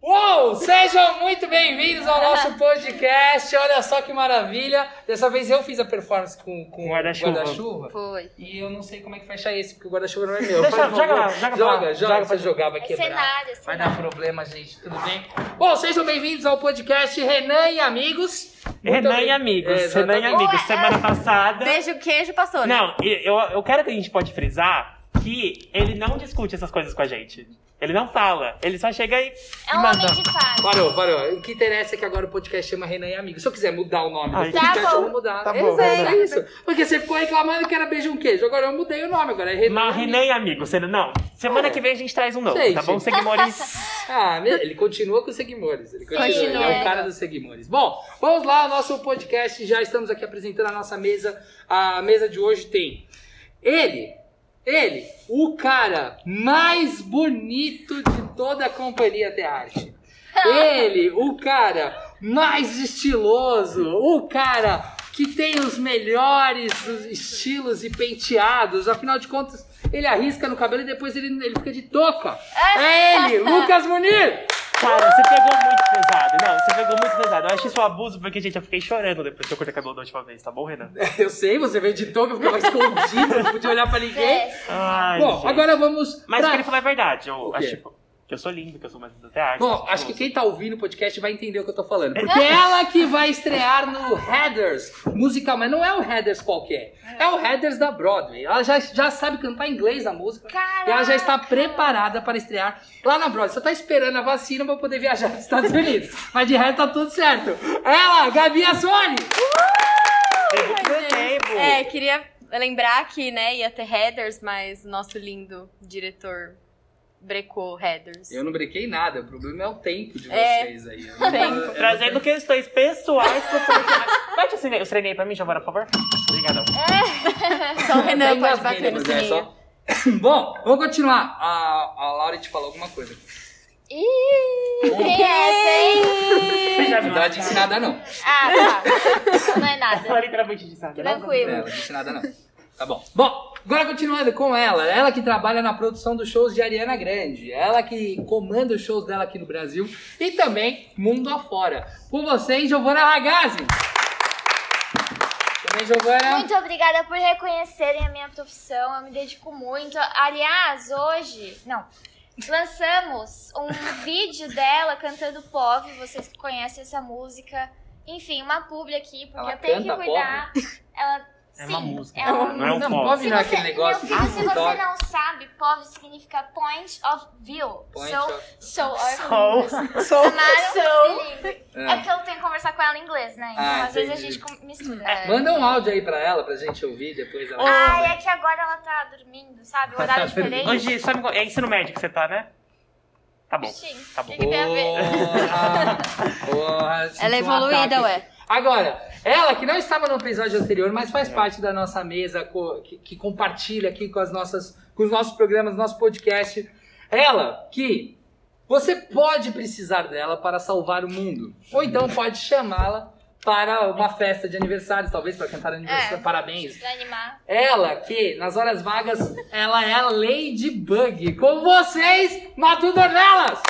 Pessoal, sejam muito bem-vindos ao nosso podcast. Olha só que maravilha. Dessa vez eu fiz a performance com, com o Guarda-chuva. guarda-chuva. Foi. E eu não sei como é que fecha esse, porque o guarda-chuva não é meu. Deixa, Por favor, joga lá, joga pra lá. joga, Joga pra Se eu jogar, vai É quebrar. cenário, é Vai cenário. dar problema, gente. Tudo bem? Bom, sejam bem-vindos ao podcast Renan e Amigos. Muito Renan e bem- É, amigos. Renan exatamente. e amigos. Ué, Semana passada. Beijo, queijo, passou, né? Não, e- eu, eu quero que a gente pode frisar que ele não discute essas coisas com a gente. Ele não fala. Ele só chega e. É um manda. homem de paz. Parou, parou. O que interessa é que agora o podcast chama Renan e Amigos. Se eu quiser mudar o nome Ai, do tá podcast, eu bom. vou mudar. Tá bom, é Renan. isso. Porque você ficou reclamando que era beijão queijo. Agora eu mudei o nome, agora é Renan. Mas e Amigos. Renan e amigos. Renan, Não. Semana que vem a gente traz um novo, É. Gente. tá bom? Seguimores. Ah, me- ele continua com os seguimores. Ele continua, Continua. ele é o cara dos seguimores. Bom, vamos lá, o nosso podcast. Já estamos aqui apresentando a nossa mesa. A mesa de hoje tem ele, ele, o cara mais bonito de toda a companhia de arte. Ele, o cara mais estiloso, o cara que tem os melhores estilos e penteados. Afinal de contas, ele arrisca no cabelo e depois ele, ele fica de touca. É ele, Lucas Munir! Cara, você pegou muito pesado. Não, você pegou muito pesado. Eu acho isso um abuso porque, gente, eu fiquei chorando depois que eu cortei o cabelo da última vez, tá bom, Renan? Eu sei, você veio de touca, ficava escondido, não podia olhar pra né? ninguém. Desce. Ai, Bom, gente. agora vamos Mas o pra que ele falou é verdade. Eu O acho quê? tipo, que eu sou lindo, que eu sou mais até arte. tipo, Bom, acho que quem tá ouvindo o podcast vai entender o que eu tô falando. É. Porque é ela que vai estrear no Headers musical, mas não é o Headers qualquer. É o Headers da Broadway. Ela já, já sabe cantar inglês a música. E ela já está preparada para estrear lá na Broadway. Só tá esperando a vacina pra poder viajar pros Estados Unidos. Mas de resto tá tudo certo. Ela, Gabi Assone! Pegou pro tempo. É, queria lembrar que, né, ia ter headers, mas o nosso lindo diretor brecou headers. Eu não brequei nada, o problema é o tempo de É. vocês aí. Tempo. Trazendo questões pessoais pro podcast. Bate o sininho- o sininho aí pra mim, Giovana, por favor. Obrigadão. Só o Até Renan pode engasguei, bater no né, mas é sininho. só- Bom, vamos continuar. A, a Laura te falou alguma coisa. Ih, quem é essa, hein? Você já Mas viu? ela tá disse nada, não. Ah, tá. Não é nada. Ela literalmente né? disse nada. não? É, Tranquilo. Ela disse nada, não. Tá bom. Bom, agora continuando com ela. Ela que trabalha na produção dos shows de Ariana Grande. Ela que comanda os shows dela aqui no Brasil e também mundo afora. Por vocês, Giovana Ragazzi. Também, Giovana. Muito obrigada por reconhecerem a minha profissão. Eu me dedico muito. Aliás, hoje. Não. Lançamos um vídeo dela cantando POV, vocês que conhecem essa música. Enfim, uma publi aqui, porque Ela eu tenho que canta cuidar. Ela. É uma sim, música. ela- Não é um não, pop. pode virar Você- aquele negócio Meu filho, de se você TikTok. não sabe, POV significa Point of View. Point so, of- so, Sol. so, um Ah. É porque eu tenho que conversar com ela em inglês, né? Então, Ah, às vezes a entendi. gente com- mistura. Manda um áudio aí pra ela, pra gente ouvir depois. Ela... Ah, é que agora ela tá dormindo, sabe? O horário é diferente. Hoje, sabe qual- é ensino médio que você tá, né? Tá bom. Sim. Tá bom. que tem a Porra! Porra, sinto Ela é um evoluída, ataque. ué. Agora, ela que não estava no episódio anterior, mas faz parte da nossa mesa, co- que, que compartilha aqui com, as nossas, com os nossos programas, nosso podcast. Ela que você pode precisar dela para salvar o mundo. Ou então pode chamá-la para uma festa de aniversário, talvez, para cantar aniversário, É. parabéns. Pra animar. Ela que, nas horas vagas, ela é a Ladybug. Com vocês, Madu Dornelas!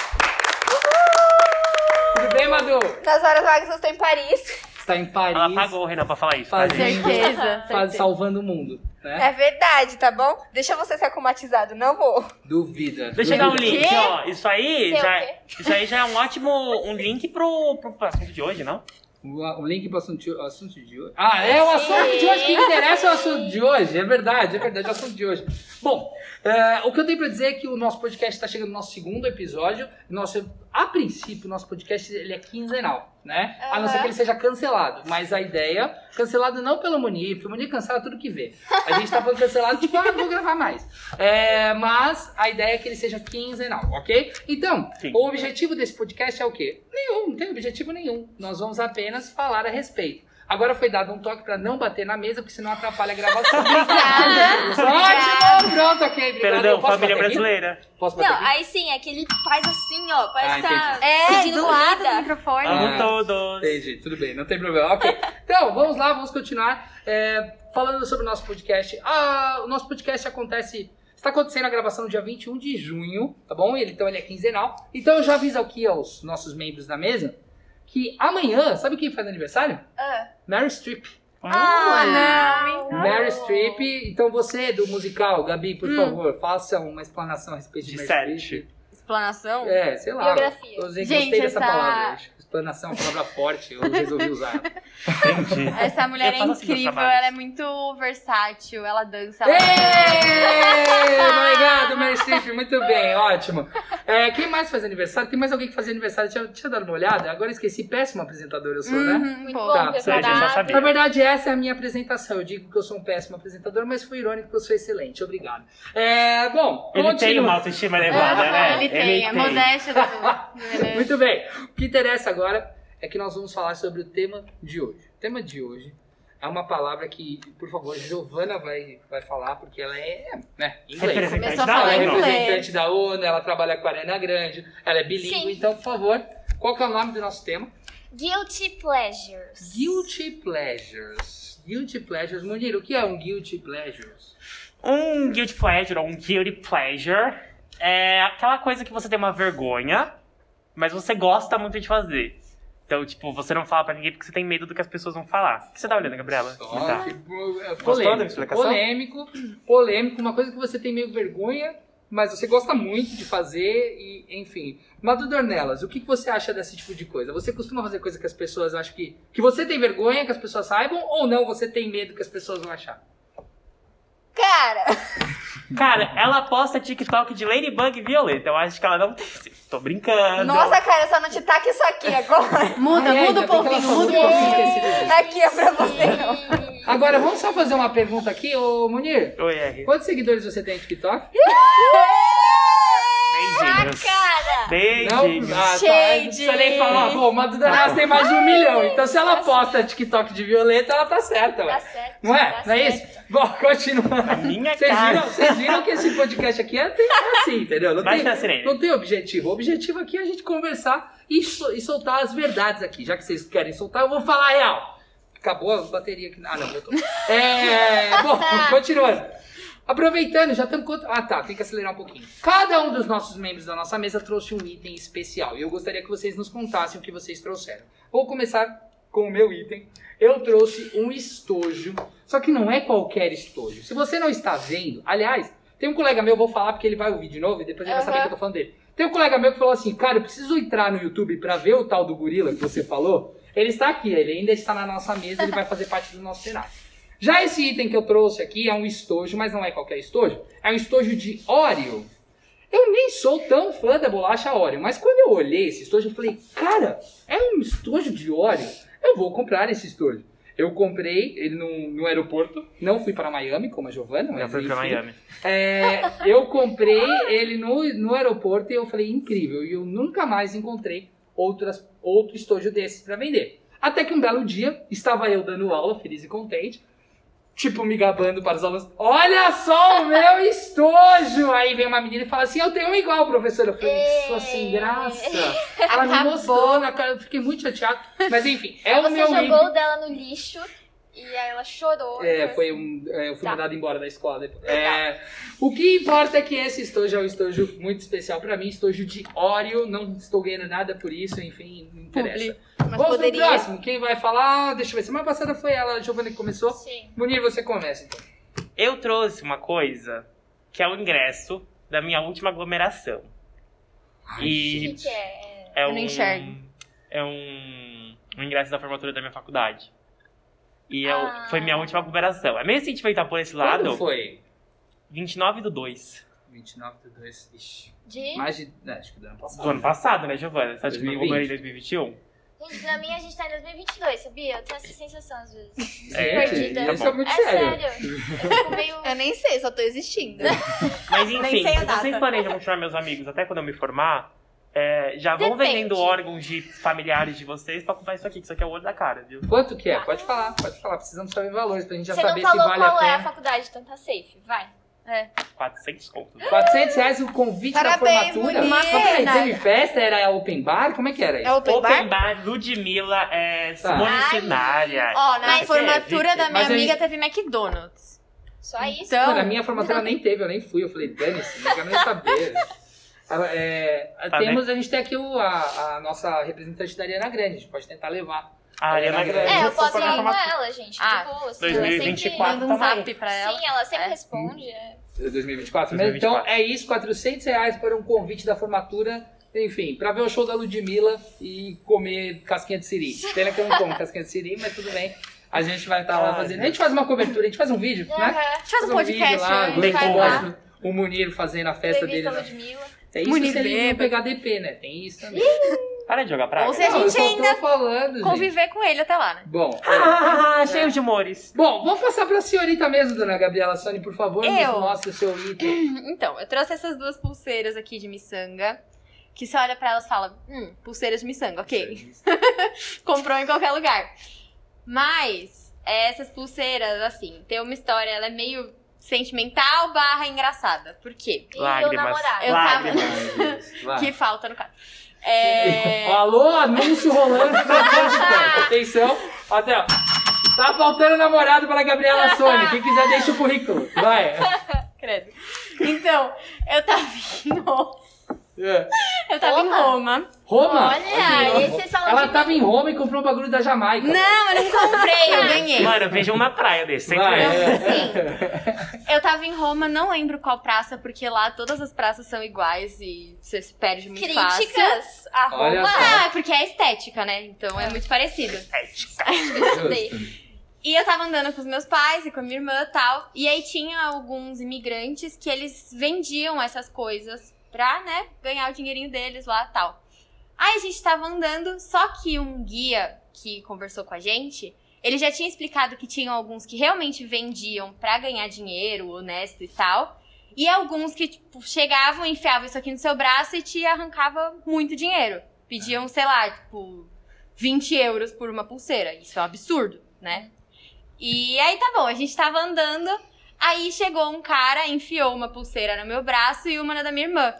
Tudo bem, Madu? Nas horas vagas eu estou em Paris. Está em Paris, Ela pagou o Renan pra falar isso. tá, Fazer. gente? Certeza. faz, certeza. salvando o mundo, né? É verdade, tá bom? Deixa você ser acomatizado, não vou. É. Duvida. Deixa duvida. eu dar um link, ó. Isso aí, Sei o já, quê. isso aí já é um ótimo um link pro, pro assunto de hoje, não? O, o link para o assunto, assunto de hoje. Ah, é o assunto de hoje. que interessa é o assunto de hoje. É verdade, é verdade, é o assunto de hoje. Bom, é, o que eu tenho para dizer é que o nosso podcast está chegando no nosso segundo episódio. Nosso, a princípio, o nosso podcast ele é quinzenal, né? A não ser que ele seja cancelado. Mas a ideia, cancelado não pelo Munir, porque o Munir cancela tudo que vê. A gente tá falando cancelado, tipo, ah, não vou gravar mais. É, mas a ideia é que ele seja quinzenal, ok? Então, Sim. o objetivo desse podcast é o quê? Nenhum, não tem objetivo nenhum. Nós vamos apenas falar a respeito. Agora foi dado um toque pra não bater na mesa, porque senão atrapalha a gravação. Ótimo! Pronto, ok. Obrigado. Perdão, Posso bater família aqui? brasileira. Posso bater Não, aqui? aí sim, é que ele faz assim, ó. parece Parece Ah, que tá que tá É, pedindo do lado do comida. microfone. Amo Ah. todos. Entendi, tudo bem, não tem problema. Ok. Então, vamos lá, vamos continuar. é, falando sobre o nosso podcast. Ah, o nosso podcast acontece Está acontecendo a gravação no dia 21 de junho, tá bom? Ele- Então ele é quinzenal. Então eu já aviso aqui aos nossos membros da mesa que amanhã, sabe quem faz aniversário? Ah. Mary Streep. Hum. Ah, Tá, né? não. Mary Streep. Então você do musical, Gabi, por Hum. favor, faça uma explanação a respeito de, Mary De sete. Streep. Explanação? É, sei lá. Biografia. Eu usei- Gente, gostei dessa essa- palavra. acho. Explanação é uma palavra forte, eu resolvi usar. Entendi. Essa mulher Eu é faço assim meus incrível, trabalhos. ela é muito versátil, ela dança. Ela... É. é Ei! Obrigado, Mary Streep. Muito bem, ótimo. É, quem mais faz aniversário? Tem mais alguém que faz aniversário? Deixa, eu- deixa eu dar uma olhada. Agora eu esqueci. Péssima apresentadora eu sou, né? Uhum, Muito pô. bom, Tá, isso aí a gente já preparado. sabia. Na verdade, essa é a minha apresentação. Eu digo que eu sou um péssimo apresentador, mas foi irônico que eu sou excelente. Obrigado. É, bom, Ele tem continua. uma autoestima é elevada, Aham, né? Ele tem, é modéstia do. Muito bem. O que interessa agora é que nós vamos falar sobre o tema de hoje. O tema de hoje é uma palavra que, por favor, Giovana vai, vai falar, porque ela é, né, inglesa. Representante Começou a da Ela falar é em ONU. inglês. representante da ONU, ela trabalha com a Arena Grande, ela é bilíngue. Sim. Então, por favor, qual que é o nome do nosso tema? Guilty Pleasures. Guilty Pleasures. Guilty Pleasures. Munir, o que é um Guilty Pleasures? Um guilty pleasure ou um guilty pleasure é aquela coisa que você tem uma vergonha, mas você gosta muito de fazer. Então, tipo, você não fala pra ninguém porque você tem medo do que as pessoas vão falar. O que você tá olhando, Gabriela? Ó, Tá. que po- é Gostou da minha polêmico, explicação? polêmico, polêmico, uma coisa que você tem meio vergonha, mas você gosta muito de fazer e, enfim. Madu Dornelas, o que que você acha desse tipo de coisa? Você costuma fazer coisa que as pessoas acham que... Que você tem vergonha que as pessoas saibam ou não, você tem medo que as pessoas vão achar? Cara, Cara, ela posta TikTok de Ladybug Violeta. Eu acho que ela não tem. Tô Ah, brincando. nossa, cara, só não te taca isso aqui É, Muda, agora. muda ainda bem o que ela polvinho, falou muda o que eu polvinho. esqueci do vídeo. Aqui é pra você. Sim. Agora, vamos só fazer uma pergunta aqui, ô Munir. Oi, R. Quantos seguidores você tem no TikTok? Beijinhos. Cara, Beijinhos. Não? Ah, tá. Shade. Não precisa nem falar. Bom, Madu Dornelas tem mais de um milhão. Então, se ela posta TikTok de Violeta, ela tá certa, ué. tá certo. Não é? tá não é certo. isso? Bom, Na continuando. minha Vocês cara. viram, vocês viram que esse podcast aqui é tem- é assim, entendeu? Não Baixa tem, a sirene. não tem objetivo. O objetivo aqui é a gente conversar e, so- e soltar as verdades aqui. Já que vocês querem soltar, eu vou falar a real. Acabou a bateria aqui. Ah, não, eu tô. É. Bom, continuando. Aproveitando, já estamos. cont- Ah, tá, tem que acelerar um pouquinho. Cada um dos nossos membros da nossa mesa trouxe um item especial e eu gostaria que vocês nos contassem o que vocês trouxeram. Vou começar com o meu item. Eu trouxe um estojo, só que não é qualquer estojo. Se você não está vendo, aliás, tem um colega meu, eu vou falar porque ele vai ouvir de novo e depois ele vai saber Aham. que eu tô falando dele. Tem um colega meu que falou assim: Cara, eu preciso entrar no YouTube pra ver o tal do gorila que você falou. Ele está aqui, ele ainda está na nossa mesa, ele vai fazer parte do nosso cenário. Já esse item que eu trouxe aqui é um estojo, mas não é qualquer estojo. É um estojo de Oreo. Eu nem sou tão fã da bolacha Oreo, mas quando eu olhei esse estojo, eu falei, cara, é um estojo de Oreo? Eu vou comprar esse estojo. Eu comprei ele no, no aeroporto, não fui para Miami, como a Giovana. Eu mas fui pra enfim. Miami. É, eu comprei ele no, no aeroporto e eu falei, incrível. E eu nunca mais encontrei outras, outro estojo desses pra vender. Até que um belo dia, estava eu dando aula, feliz e contente. Tipo, me gabando para os alunos. Olha só o meu estojo! Aí vem uma menina e fala assim, eu tenho um igual, professora. Eu falei, sua sem graça. Ela me Acabou. mostrou na cara, eu fiquei muito chateado. Mas enfim, é o Você meu jogou item. o dela no lixo e aí ela chorou. É, foi um. é, eu fui Tá. mandado embora da escola depois. É, o que importa é que esse estojo é um estojo muito especial pra mim, estojo de Oreo. Não estou ganhando nada por isso, enfim, não interessa. Publi. Mas Vamos pro poderia. próximo. Quem vai falar? Deixa eu ver. Semana passada foi ela, a Giovanna, é que começou. Sim. Munir, você começa então. Eu trouxe uma coisa que é o ingresso da minha última aglomeração. O E que, que é? é Eu um, não enxergo. É um, um ingresso da formatura da minha faculdade. E eu, Ah. foi minha última aglomeração. É meio sentimental por esse Quando lado. foi? 29 do 2 29 de 2. Ixi. De... Mais de. né, acho que do ano passado. do ano passado, né, Giovana? Você acha que 2020? eu aglomerei em 2021? Gente, na minha a gente tá em 2022, sabia? Eu tenho essa sensação às vezes. É, Gente, perdida. isso tá é bom. muito é sério. sério. Eu fico meio... Eu nem sei, só tô existindo. Mas Nem enfim, sei a se data. vocês planejam continuar meus amigos até quando eu me formar, é, já vão Depende. vendendo órgãos de familiares de vocês pra comprar isso aqui, que isso aqui é o olho da cara, viu? Quanto que é? Pode falar, pode falar. Precisamos saber valores pra gente já Tá. Você não saber se falou vale a qual é a pena. faculdade, então tá safe. Vai. 400 conto. 400 reais o convite Parabéns, da formatura. Munir. Mas como é? Nada. Teve festa? Era open bar? Como é que era isso? É open, bar? Open Bar, Ludmilla, Tá. é, Simone Ai. Sinária. Ó, na Mas é, formatura Vicky, da minha é, mas a amiga teve McDonald's. Só isso. Então- Mano, a minha formatura nem teve, eu nem fui. Eu falei, dane-se, não quero nem saber. Ah, é, Tá temos, a gente tem aqui o- a, a nossa representante da Ariana Grande, a gente pode tentar levar. A Ariana É, Grande. é, eu só posso pra ir com informar- ela, gente. Ah, de boa. assim, ela sempre- 2024 Manda um tamo aí. zap pra ela. Sim, ela sempre É. responde. é. 2024, né? 2024. Então é isso, 400 reais para um convite da formatura. Enfim, pra ver o show da Ludmilla e comer casquinha de siri. Pena que eu não como casquinha de siri, mas tudo bem. A gente vai estar lá Ai, fazendo. A gente faz uma cobertura, a gente faz um vídeo, né? Aham. A gente faz um podcast, vídeo lá, né? o Glenn faz lá. Cosmo, o Munir fazendo a festa Entrevista dele. Ludmilla. É isso Munir se ele não bêbado. pegar DP, né? Tem isso também. Para de jogar praga. Ou se a Não, eu gente só tô ainda falando, gente. conviver com ele até lá, né? Bom, é. Ah, cheio de humores. bom, vamos passar pra senhorita mesmo, dona Gabriela Sony, por favor, Eu? nos mostre o seu item. Então, eu trouxe essas duas pulseiras aqui de miçanga. Que você olha pra elas e fala, hum, pulseiras de miçanga, ok. Comprou em qualquer lugar. Mas, essas pulseiras, assim, tem uma história, ela é meio sentimental barra engraçada. Por quê? E o Lágrimas. namorado. Eu tava- Lágrimas. Vai. Que falta no caso. É... Alô, anúncio rolando no podcast. Atenção, até ó. Tá faltando namorado para a Gabriela Sony. Quem quiser, deixa o currículo. Vai. Credo. Então, eu tava em Roma. É. Eu tava em Roma? Roma. Roma. Assim, Olha, é esse vocês falam Ela de tava em Roma e comprou um bagulho da Jamaica. Não, eu não comprei, eu ganhei. Mano, eu vejo um na praia desse. Sempre Vai, é. é. Eu tava em Roma, não lembro qual praça, porque lá todas as praças são iguais e você se perde muito fácil. críticas a Olha Roma. só. Ah, porque é estética, né? Então é muito parecido. Ética. E eu tava andando com os meus pais e com a minha irmã e tal. E aí tinha alguns imigrantes que eles vendiam essas coisas pra, né, ganhar o dinheirinho deles lá e tal. Aí a gente tava andando, só que um guia que conversou com a gente, ele já tinha explicado que tinham alguns que realmente vendiam pra ganhar dinheiro, honesto e tal. E alguns que, tipo, chegavam, enfiavam isso aqui no seu braço e te arrancava muito dinheiro. Pediam, sei lá, tipo, 20 euros por uma pulseira. Isso é um absurdo, né? E aí tá bom, a gente tava andando, aí chegou um cara, enfiou uma pulseira no meu braço e uma na da minha irmã.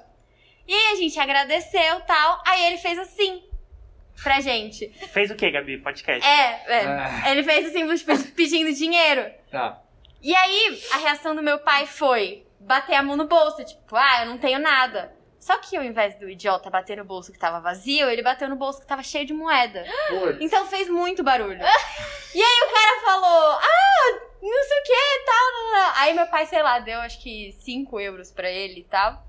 E aí a gente agradeceu tal, aí ele fez assim pra gente. Fez o quê, Gabi? Podcast. É, é. Ah, Ele fez assim, tipo, pedindo dinheiro. tá. E aí a reação do meu pai foi bater a mão no bolso, tipo, ah, eu não tenho nada. Só que ao invés do idiota bater no bolso que tava vazio, ele bateu no bolso que tava cheio de moeda. Putz. Então fez muito barulho. e aí o cara falou, ah, não sei o que e tal. não, não, não." Aí meu pai, sei lá, deu acho que 5 euros pra ele e tal.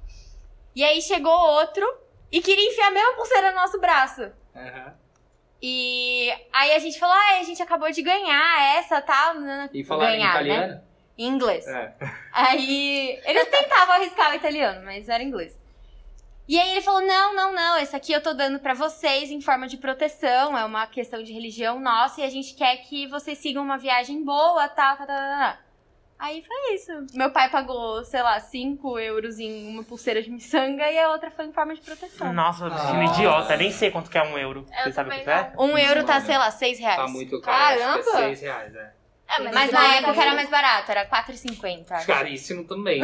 E aí chegou outro e queria enfiar a mesma pulseira no nosso braço. Aham. E aí a gente falou, ah, a gente acabou de ganhar essa tal. não, não." E falar em Ganhar, né? italiano? Em inglês. É. Aí eles tentavam arriscar o italiano, mas era inglês. E aí ele falou: "Não, não, não, esse aqui eu tô dando pra vocês em forma de proteção, é uma questão de religião nossa e a gente quer que vocês sigam uma viagem boa, tá, tal, tal, tal, tal, tal". Aí foi isso. Meu pai pagou, sei lá, 5 euros em uma pulseira de miçanga e a outra foi em forma de proteção. Nossa, eu sou um Ah. idiota. Nem sei quanto que é um euro. Eu Você sabe também quanto é? Um euro tá, Mano, sei lá, 6 reais. Tá muito caro. acho que Caramba! É 6 reais, é. Ah, Mas na época era mais barato, era 4,50. acho. Caríssimo também.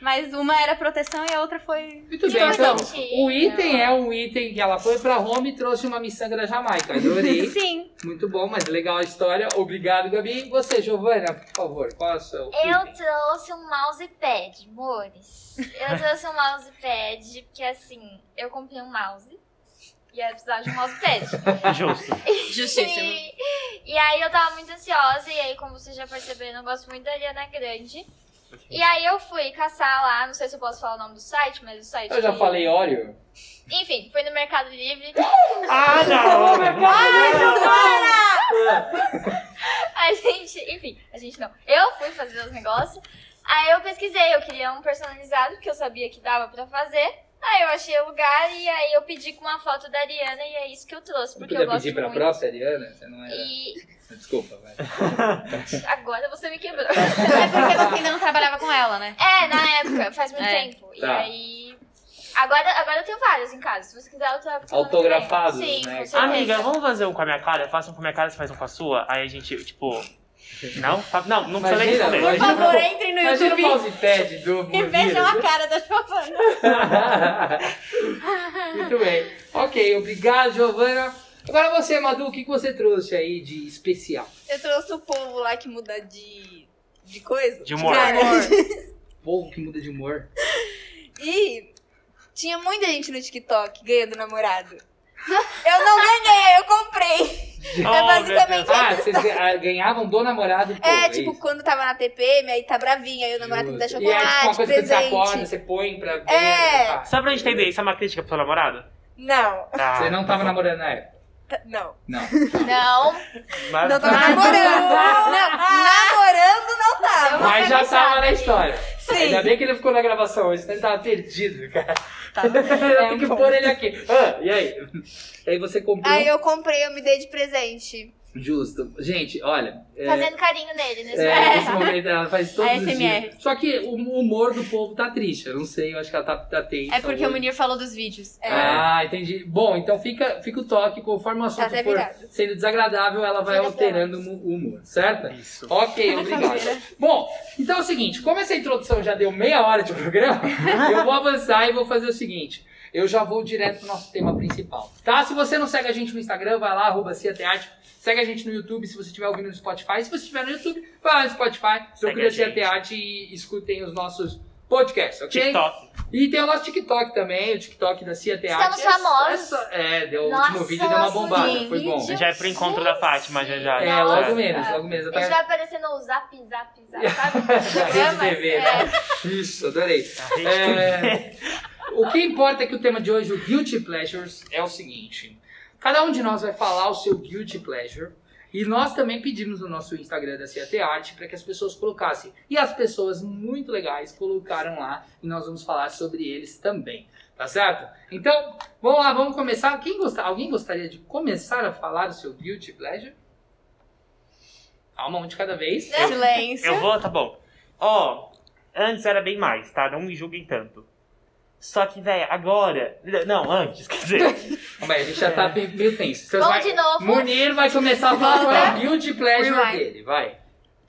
Mas uma era proteção e a outra foi. Muito bem, então. Divertidinho. O item é um item que ela foi pra Roma e trouxe uma miçanga da Jamaica. Adorei. Sim. Muito bom, mas legal a história. Obrigado, Gabi. E você, Giovana, por favor, qual é o seu Eu item? trouxe um mousepad, amores. Eu trouxe um mousepad, porque assim, eu comprei um mouse e ia precisar de um mousepad. é? Justo. Justíssimo. E, e aí eu tava muito ansiosa, e aí, como vocês já perceberam, eu gosto muito da Ariana Grande. E aí eu fui caçar lá, não sei se eu posso falar o nome do site, mas o site. Eu já que- falei óleo. Enfim, fui no Mercado Livre. Ah, não! A gente, enfim, a gente não. Eu fui fazer os negócios. Aí eu pesquisei, eu queria um personalizado, porque eu sabia que dava pra fazer. Aí eu achei o lugar e aí eu pedi com uma foto da Ariana e é isso que eu trouxe, Você porque eu podia gosto pedir pra muito. próxima, Ariana? Você não era. E Desculpa, vai. agora você me quebrou. É porque você ainda não trabalhava com ela, né? É, na época, faz muito É. tempo. E Tá. aí. Agora, agora eu tenho vários em casa. Se você quiser, eu trago. semana que vem. Autografados, né? Sim, com certeza. Amiga, vamos fazer um com a minha cara? Faça um com a minha cara, você faz um com a sua? Aí a gente, tipo... Não? Fa- Não, não precisa nem Imagina, responder. Por Imagina favor, o- entrem no Imagina o YouTube mousepad do e vejam a cara tá da tipo, Giovana. Muito bem. Ok, obrigado, Giovana. Agora você, Madu, o que que você trouxe aí de especial? Eu trouxe o povo lá que muda de de coisa. De humor. Cara, Povo que muda de humor. E tinha muita gente no TikTok ganhando namorado. Eu não ganhei, eu comprei. Oh, meu basicamente- Deus. Ah, vocês ga- ah, ganhavam do namorado e pô, É, tipo, isso. quando tava na TPM, aí tá bravinha, aí o namorado tem que dar E é tipo uma chocolate, coisa que você acorda, presente. você põe pra ver. ah, É. pra- Só pra gente entender, isso é uma crítica pro seu namorado? Não, Tá. Você não tava namorando na época. tá- não. Não. Não, Mas, Não tava Ah, namorando. Não, namorando não tava. Mas já pensar, tava na história. Ainda né? Sim. bem que ele ficou na gravação hoje, senão ele tava perdido, cara. Eu Tava. É tenho um que ponto. pôr ele aqui. Ah, e aí? Aí você comprou. Aí eu comprei, eu me dei de presente. Justo. Gente, olha. é- fazendo carinho nele né? nesse É, momento. nesse momento ela faz todos os ASMR. dias. Só que o humor do povo tá triste. Eu não sei, eu acho que ela tá, tá tensa. É porque o hoje. Munir falou dos vídeos. É. Ah, entendi. Bom, então fica, fica o toque. Conforme o assunto Até for virado. sendo desagradável, ela vai Fica alterando o humor, certo? Isso. Ok, obrigado. né? Bom, então é o seguinte: como essa introdução já deu meia hora de programa, eu vou avançar e vou fazer o seguinte. Eu já vou direto pro nosso tema principal, tá? Se você não segue a gente no Instagram, vai lá, arroba Ciatearte. Segue a gente no YouTube, se você estiver ouvindo no Spotify. Se você estiver no YouTube, vai lá no Spotify, procura a gente. Ciatearte e escutem os nossos podcasts, ok? TikTok. E tem o nosso TikTok também, o TikTok da Cia Teatro. Estamos famosos. É, só- é, deu, o Nossa, último vídeo deu uma nosso bombada, foi bom. vídeo. Já é pro encontro da Fátima, já já. É, logo Já. menos, logo menos. A gente vai aparecendo o zap, zap, zap, sabe? Da Rede Programa. TV, É. né? Isso, adorei. A Tá, gente- É, o que importa é que o tema de hoje, o Guilty Pleasures, é o seguinte. Cada um de nós vai falar o seu Guilty Pleasure. E nós também pedimos no nosso Instagram da CAT Arte para que as pessoas colocassem. E as pessoas muito legais colocaram lá e nós vamos falar sobre eles também. Tá certo? Então, vamos lá, vamos começar. Quem gosta, alguém gostaria de começar a falar do seu Guilty Pleasure? Calma, um de cada vez. É. Silêncio. Eu vou, tá bom. Ó, antes era bem mais, tá? Não me julguem tanto. Só que, véi, agora. Não, antes, quer dizer. Calma aí, a gente já tá bem- meio tenso. Vocês vai- Vamos de novo. Munir vai começar a falar qual é o guilty pleasure Rewind. dele, vai.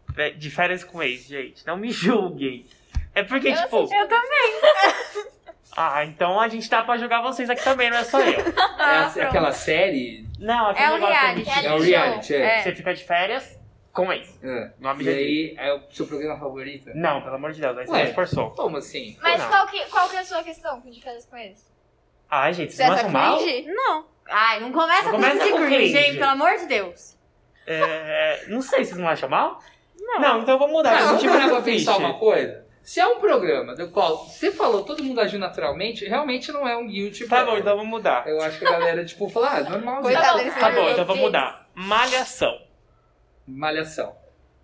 véi, de férias com ex, gente. Não me julguem. É porque, Eu tipo. assisti- Ah, então a gente tá pra julgar vocês aqui também, não é só eu. Ah, é a- aquela série, Não, aquele É o negócio reality. que- é o show. reality, é. É. Você fica de férias com ex. É. Nome E já diz. aí, é o seu programa favorito? Não, pelo amor de Deus, aí você Ué. me esforçou. Como assim? Mas Não. qual que, qual que é a sua questão com diferença com eles? Ah, gente, Você vocês tá não acham mal? cringe? Não. Ai, não começa Não com começa isso de com cringe, cringe. hein? Pelo amor de Deus. É, não sei, vocês não acham mal? Não. Não, então eu vou mudar. Cara, eu vou vamos te mandar parar pra pro fish. pensar uma coisa? Se é um programa do qual você falou, todo mundo agiu naturalmente, realmente não é um guilty Tá pleasure. bom, então eu vou mudar. Eu acho que a galera, tipo, fala, ah, normal. Coitado, gente. eles Tá bom, então eu vamos mudar. Malhação. Malhação.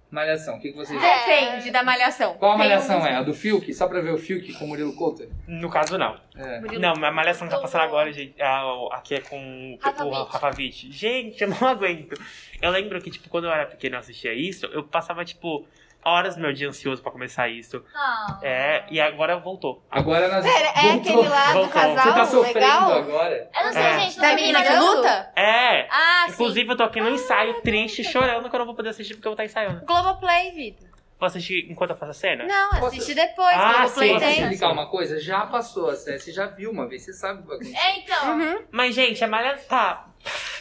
Malhação, o que, que vocês acham? É. Depende da malhação. Qual a Tem um malhação é? A do Fiuk? Só pra ver o Fiuk com o Murilo Couto? No caso, não. É. Murilo. Não, a malhação tá passando Como- agora, gente. Ah, o- Aqui é com o- Rafa o Witt. Rapavit. Gente, eu não aguento. Eu lembro que, tipo, quando eu era pequeno e assistia isso, eu passava, tipo, horas do meu dia ansioso pra começar isso. Não. É, e agora voltou. Agora nós. Pera, é aquele lá do voltou. Você tá casal, sofrendo legal? agora? Eu não sei, É. gente, não Da tô menina que ligando. luta? É! Ah, sim. Inclusive, eu tô aqui no ensaio, triste, chorando, que eu não vou poder assistir porque eu vou estar ensaiando. Globoplay, Vitor. Vou assistir enquanto eu faço a cena? Não, Posso- assiste depois. Ah, Globoplay sim. Posso te tem. explicar uma coisa? Já passou a série, você já viu uma vez, você sabe o que vai acontecer. É, então. Uhum. Mas, gente, a malhação. Tá.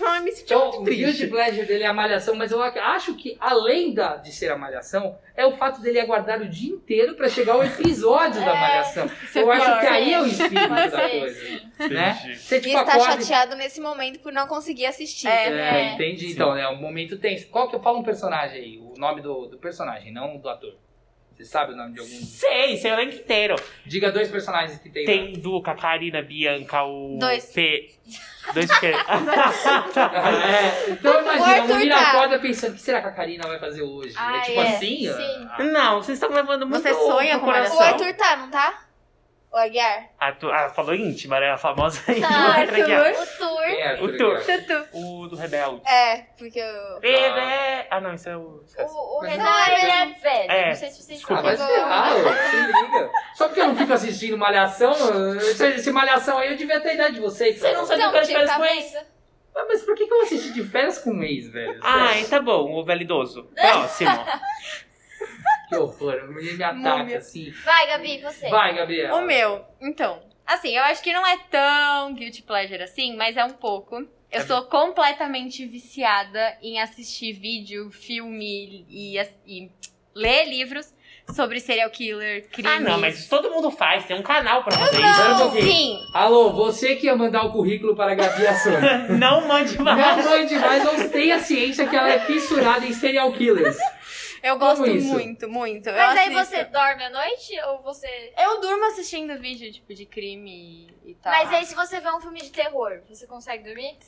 Ai, me senti Então, muito o guilty triste. pleasure dele é a malhação, mas eu ac- acho que além da, de ser a malhação, é o fato dele aguardar o dia inteiro pra chegar o episódio da malhação. é Eu acho pior. que aí é o espírito Pode da ser, coisa, sim. né? Entendi. Você E tipo está acorda... e- chateado nesse momento por não conseguir assistir. É. É, É. entendi. Sim. Então, é um momento tenso. Qual que eu falo um personagem aí? O nome do, do personagem, não do ator. Você sabe o nome de algum? Sei, sei o elenco inteiro. Diga dois personagens que tem. Tem Duca, Karina, Bianca, o. Dois. P. Dois o quê? É, então imagina, Arthur o menino tá. acorda pensando, o que será que a Karina vai fazer hoje? é Ah, tipo é. assim? ó. Sim. Não, vocês estão levando muito Você sonha no com É coração. O Arthur tá, não tá? O Aguiar? Arthur- Ah, falou íntima, né? A famosa Tá. íntima. é Ah, Entra aqui, ó. Tá, Arthur. O tour. Quem é Arthur O Arthur. Aguiar? Tutu. O do Rebelde. É, porque Tá. eu... Bebê! Ah, não, isso é o. O, o Mas Renan, não, ele é velho. É. Não sei se vocês Ah, vai Desculpa. sabem. se ferrar, ó, se liga. Só porque eu não fico assistindo Malhação, eu- se esse Malhação aí eu devia ter a idade de vocês. Você não sabe o que Então, eu tinha que quero tá com ex? vendo. Ah, Mas por que que eu assisti de férias com um ex, velho? Ai, Sério, tá bom, o velho idoso. Próximo. Ah, Que horror, o menino me ataca Múmia. assim. Vai, Gabi, você. Vai, Gabriela. O meu, então. Assim, eu acho que não é tão guilty pleasure assim, mas é um pouco. Eu sou completamente viciada em assistir vídeo, filme e, as- e ler livros sobre serial killer, crimes. Ah, não, mas todo mundo faz, tem um canal pra fazer não. isso. Sim, Alô, você que ia mandar o currículo para a Gabi Assone. Não mande mais. Não mande mais, não tem a ciência que ela é fissurada em serial killers. Eu gosto Como isso? muito, muito. Eu Mas aí assisto. você dorme à noite ou você. eu durmo assistindo vídeo, tipo, de crime e tal. Mas aí se você vê um filme de terror, você consegue dormir?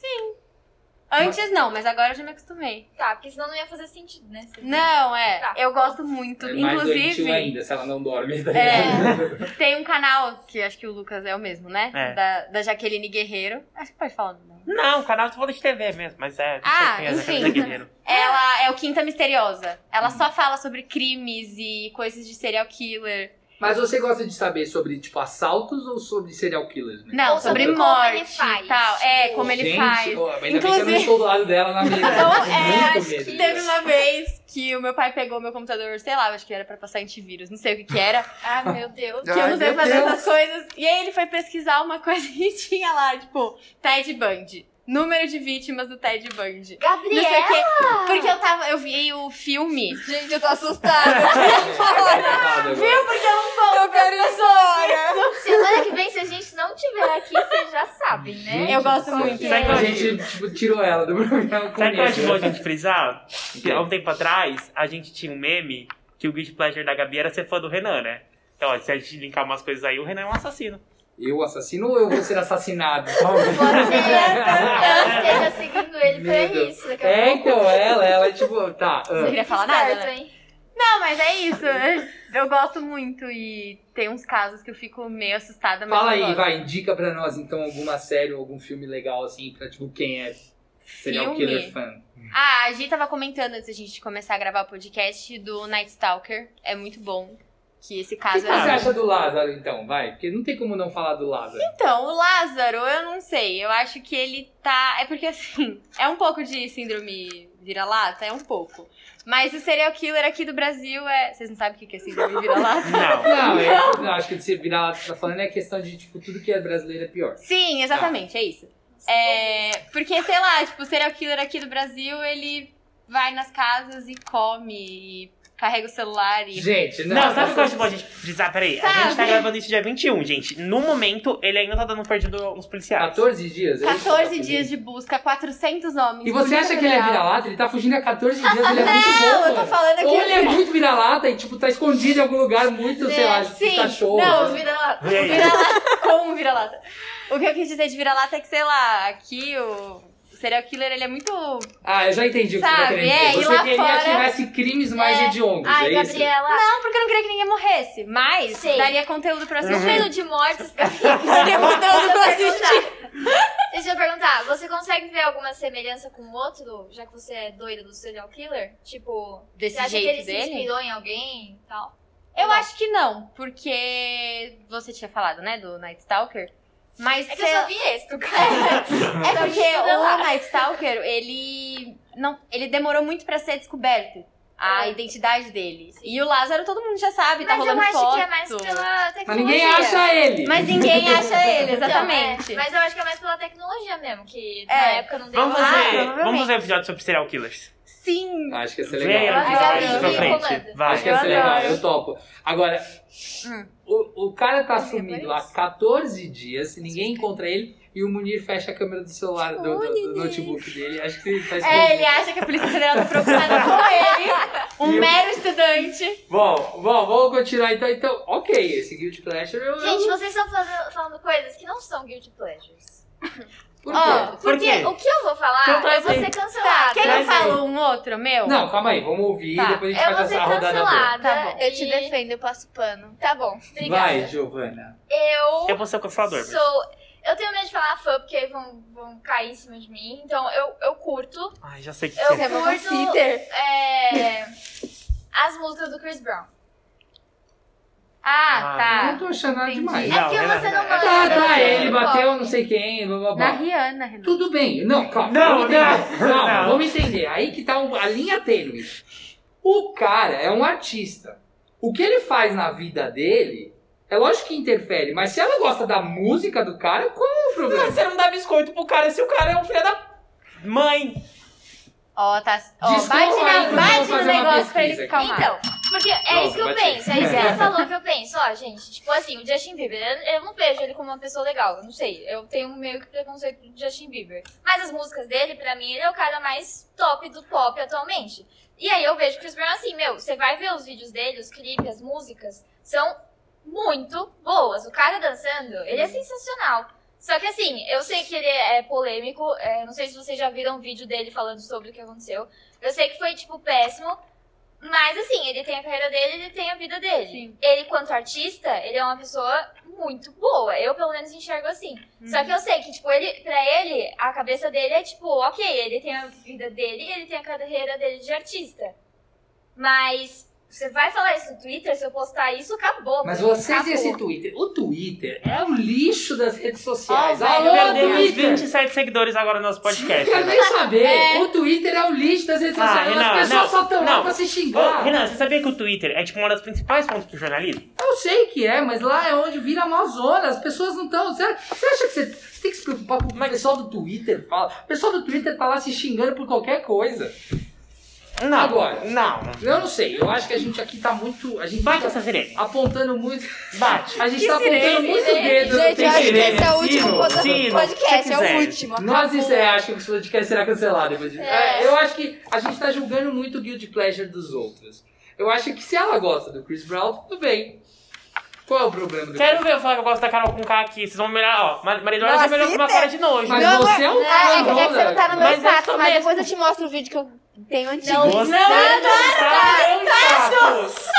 Antes não, mas agora eu já me acostumei. Tá, porque senão não ia fazer sentido, né? Você- Não, é. Tá. Eu gosto muito. É mais Inclusive, doentio ainda, se ela não dorme. Tá ligado? é, tem um canal, que acho que o Lucas é o mesmo, né? É. Da, da Jaqueline Guerreiro. Acho que pode falar, não. Não, canal de foda de TV mesmo, mas é. não Ah, sei quem é, enfim. Zé Guerreiro. Ah. Ela é o Quinta Misteriosa. Ela Uhum. só fala sobre crimes e coisas de serial killer. Mas você gosta de saber sobre, tipo, assaltos ou sobre serial killers? Né? Não, Ou sobre, sobre como ele morte faz. e tal. É, como ele Gente, faz. ó, ainda bem que eu não Inclusive- estou do lado dela na mesa. Então, Eu tenho é, muito acho medo que dela. Teve uma vez que o meu pai pegou meu computador, sei lá, eu acho que era pra passar antivírus, não sei o que que era, Ah, meu Deus. que eu Ai, não sei meu fazer Deus. essas coisas. E aí ele foi pesquisar uma coisa e tinha lá, tipo, Ted Bundy. Número de vítimas do Ted Bundy. Não sei o Gabriel! quê. Porque eu tava, eu vi o filme. Gente, eu tô assustada. Coitada, agora. é um eu quero ir embora. Semana que vem, se a gente não tiver aqui, vocês já sabem, né? Eu gosto Gente, muito. sabe que A gente, tipo, tirou ela do programa com Sabe o que eu acho bom a medo. gente frisar? Que há um tempo atrás, a gente tinha um meme que o Guilty Pleasure da Gabi era ser fã do Renan, né? Então, ó, se a gente linkar umas coisas aí, o Renan é um assassino. Eu assassino ou eu vou ser assassinado? Você tá ela esteja seguindo ele pra Meu Deus. isso. Daqui a É, pouco. então, ela, ela, é tipo, tá. Não ah. queria falar nada, Esperto, né? hein? Não, mas é isso. Eu, eu gosto muito e tem uns casos que eu fico meio assustada, mas Fala eu aí, gosto. vai, indica pra nós, então, alguma série ou algum filme legal, assim, pra, tipo, quem é serial Filme? killer fã. Ah, a Gi tava comentando antes da gente começar a gravar o podcast do Night Stalker. É muito bom. Que esse O que caso é você era. acha do Lázaro, então? Vai, porque não tem como não falar do Lázaro. Então, o Lázaro, eu não sei. Eu acho que ele tá. É porque assim, é um pouco de síndrome vira-lata, é um pouco. Mas o serial killer aqui do Brasil é. Vocês não sabem o que que é síndrome vira-lata? Não. Não, eu não, acho que se virar lá, você tá falando é questão de, tipo, tudo que é brasileiro é pior. Sim, exatamente, é isso. É, porque, sei lá, tipo, o serial killer aqui do Brasil, ele vai nas casas e come, e carrega o celular e. Gente, não. Não, sabe o que eu acho bom a gente frisar? Peraí, a gente tá Sabe? gravando isso dia 21, gente. No momento, ele ainda tá dando perdido uns policiais. 14 dias? é isso? 14 dias de busca, 400 homens. E você Polícia acha que ele é Federal. vira-lata? Ele tá fugindo há 14 dias, ele é muito Não, bom. eu tô mano. falando que Ou ele é vira- muito vira-lata e, tipo, tá escondido em algum lugar muito, sei lá, tipo, Sim. cachorro. Não, vira-lata. E aí? Vira-lata. Como vira-lata? O que eu quis dizer de vira-lata é que, sei lá, aqui o serial killer, ele é muito... Não, Ah, eu já entendi o que você tá Sabe, querendo é, dizer. e Você lá queria que fora- tivesse crimes mais hediondos, Ai, é isso? Gabriela, porque eu não queria que ninguém morresse, mas Sim. daria conteúdo pra no assistir. reino de mortes, Seria mudando pra Deixa eu assistir. perguntar. Deixa eu perguntar, você consegue ver alguma semelhança com o outro, já que você é doida do serial killer? Tipo, Desse você acha que ele jeito se dele? inspirou em alguém e tal? Eu acho que não, porque você tinha falado, né, do Night Stalker. Mas É que sei- eu só vi esse do cara. É porque Então, o lá. Night Stalker, ele não, ele demorou muito pra ser descoberto a É. identidade dele. E o Lázaro todo mundo já sabe, tá Mas eu rolando acho foto. que é mais pela tecnologia. Mas ninguém acha ele. é. Mas ninguém acha ele, Então, exatamente. é, mas eu acho que é mais pela tecnologia mesmo, que na É. época não deu Vamos nada. fazer, Ah, provavelmente. vamos fazer um episódio sobre serial killers. Sim. Acho que ia ser Vem aí, é legal. Ai, mais pra adoro. frente. Acho que ia Vai. é. Eu ser legal, adoro. Tá, eu topo. Agora, Hum. o, o cara tá Mas sumindo depois? há 14 dias, ninguém encontra ele, e o Munir fecha a câmera do celular, do, do- do notebook dele. Acho que ele tá É, ele escondido. acha que a Polícia Federal tá preocupada com ele, um E o- mero estudante. Bom, bom, vamos continuar então. Então, ok, esse Guild Pleasure eu. Gente, vocês estão falando, falando coisas que não são guilty pleasures. Por Ó, quê? Por Porque quê? o que eu vou falar, Então eu traz vou aí. ser Tá, cancelada. quem não Traz aí. falou um outro, meu? Não, calma aí, vamos ouvir Tá, e depois a gente eu vou faz ser essa rodada boa. cancelada. Tá bom. e- Eu te defendo, eu passo pano. Tá bom, obrigada. Vai, É Giovana. Eu Eu vou ser o consolador. mas- sou. Eu tenho medo de falar fã porque aí vão, vão cair em cima de mim. Então eu, eu curto. Ai, já sei o que Eu- você... Você é uma Curto. Tá sitter. é, as músicas do Chris Brown. Ah, Ah, Não tá. tô achando nada entendi. demais. É Não, porque é você não verdade. manda. Tá, tá, ele Qual? bateu não sei quem, blá blá Na blá. Rihanna, Renan. Tudo bem. Não, calma. Não, vamos entender. não, Calma, não. vamos entender. Aí que tá o- a linha tênue. O cara é um artista. O que ele faz na vida dele, é lógico que interfere, mas se ela gosta da música do cara, qual é o Não, problema? Você não dá biscoito pro cara se o cara é um filho da... Mãe! Ó, tá. Ó, Desculpa bate aí, na, eu vou tá, bate fazer no uma negócio pra pesquisa ele aqui. calmar. Então, Porque é Pronto, isso que eu vai ter. penso, é isso que ele falou que eu penso. Ó, gente, tipo assim, o Justin Bieber, eu- eu não vejo ele como uma pessoa legal, eu não sei. Eu tenho meio que preconceito do Justin Bieber. Mas as músicas dele, pra mim, ele é o cara mais top do pop atualmente. E aí eu vejo o Chris Brown assim, meu, você vai ver os vídeos dele, os clipes, as músicas, são muito boas. O cara dançando, ele é sensacional. Só que assim, eu sei que ele é polêmico, é, não sei se vocês já viram um vídeo dele falando sobre o que aconteceu. Eu sei que foi, tipo, péssimo, mas assim, ele tem a carreira dele, ele tem a vida dele. Sim. Ele, quanto artista, ele é uma pessoa muito boa. Eu, pelo menos, enxergo assim. Só que eu sei que, tipo, ele, pra ele, a cabeça dele é tipo, ok, ele tem a vida dele, ele tem a carreira dele de artista. Mas você vai falar isso no Twitter, se eu postar isso, acabou. Mas pra mim, vocês e acabou. esse Twitter? O Twitter é o lixo das redes sociais. Ó, Alô, velho, Perdemos Twitter! 27 seguidores agora no nosso Eu podcast. quero nem saber. É. O Twitter é o lixo das redes Ah, sociais. Renan, As pessoas não, só estão lá não. pra se xingar. Ô, Renan, você sabia que o Twitter é tipo uma das principais fontes do jornalismo? Eu sei que é, mas lá é onde vira Amazonas. As pessoas não estão. Você você acha que você você tem que se preocupar com o que o pessoal do Twitter fala? O pessoal do Twitter tá lá se xingando por qualquer coisa. Não. Agora. Não. Eu não sei. Eu acho que a gente aqui tá muito. A gente Bate tá essa sirene. apontando muito. Bate. A gente Que tá apontando sirene, muito o sirene. dedo. no Gente, eu tem acho que sirene, esse é o último sino, pod- sino, podcast, se é o quiser. último. Nós acabou. isso é, acho que esse podcast será cancelado. Depois de... É. É, Eu acho que a gente tá julgando muito o Guilty Pleasure dos outros. Eu acho que se ela gosta do Chris Brown, tudo bem. Qual é o problema do Quero ver eu falar que eu gosto da Carol com K aqui. Vocês vão melhorar, ó. Mar- Marilona já Nossa, melhorou com uma eita. cara de nojo. Mas Não, você é um É, é que é que você não tá no meu Mas eu status, sou mas é mesmo. depois eu te mostro o vídeo que eu tenho antigo. Você não tá no status.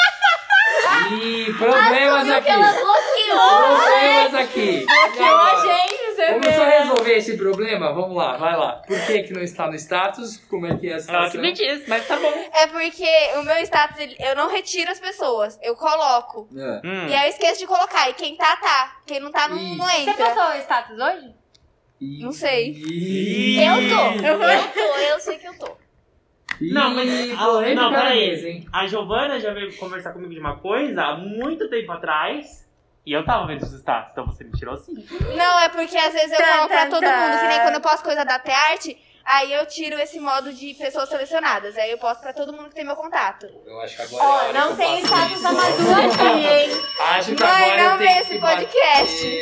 Ih, problemas Viu aqui. que ela bloqueou. né? Problemas aqui. É E agora? gente, você Vamos só resolver esse problema? Vamos lá, vai lá. Por que que não está no status? Como é que é a Ela que situação? me disse, mas tá bom. É porque o meu status, ele- eu não retiro as pessoas, eu coloco. É. Hum. E aí eu esqueço de colocar. E quem tá, tá. Quem não tá, não, não Você entra. postou o status hoje? Ih, Não sei. ih, Eu tô, eu tô, eu sei que eu tô. ih, Não, mas- polêmica não, peraí. mesmo, hein? A Giovana já veio conversar comigo de uma coisa há muito tempo atrás. E eu tava vendo os status, então você me tirou sim. Não, é porque às vezes eu Tá, coloco pra tá, todo tá. mundo, que nem quando eu posto coisa da Tearte, aí eu tiro esse modo de pessoas selecionadas. Aí eu posto pra todo mundo que tem meu contato. Eu acho que agora. é a hora Ó, que não eu tem faço status isso. da Madu aqui, hein? Acho que Mãe, agora eu não vê tenho esse que bater. podcast.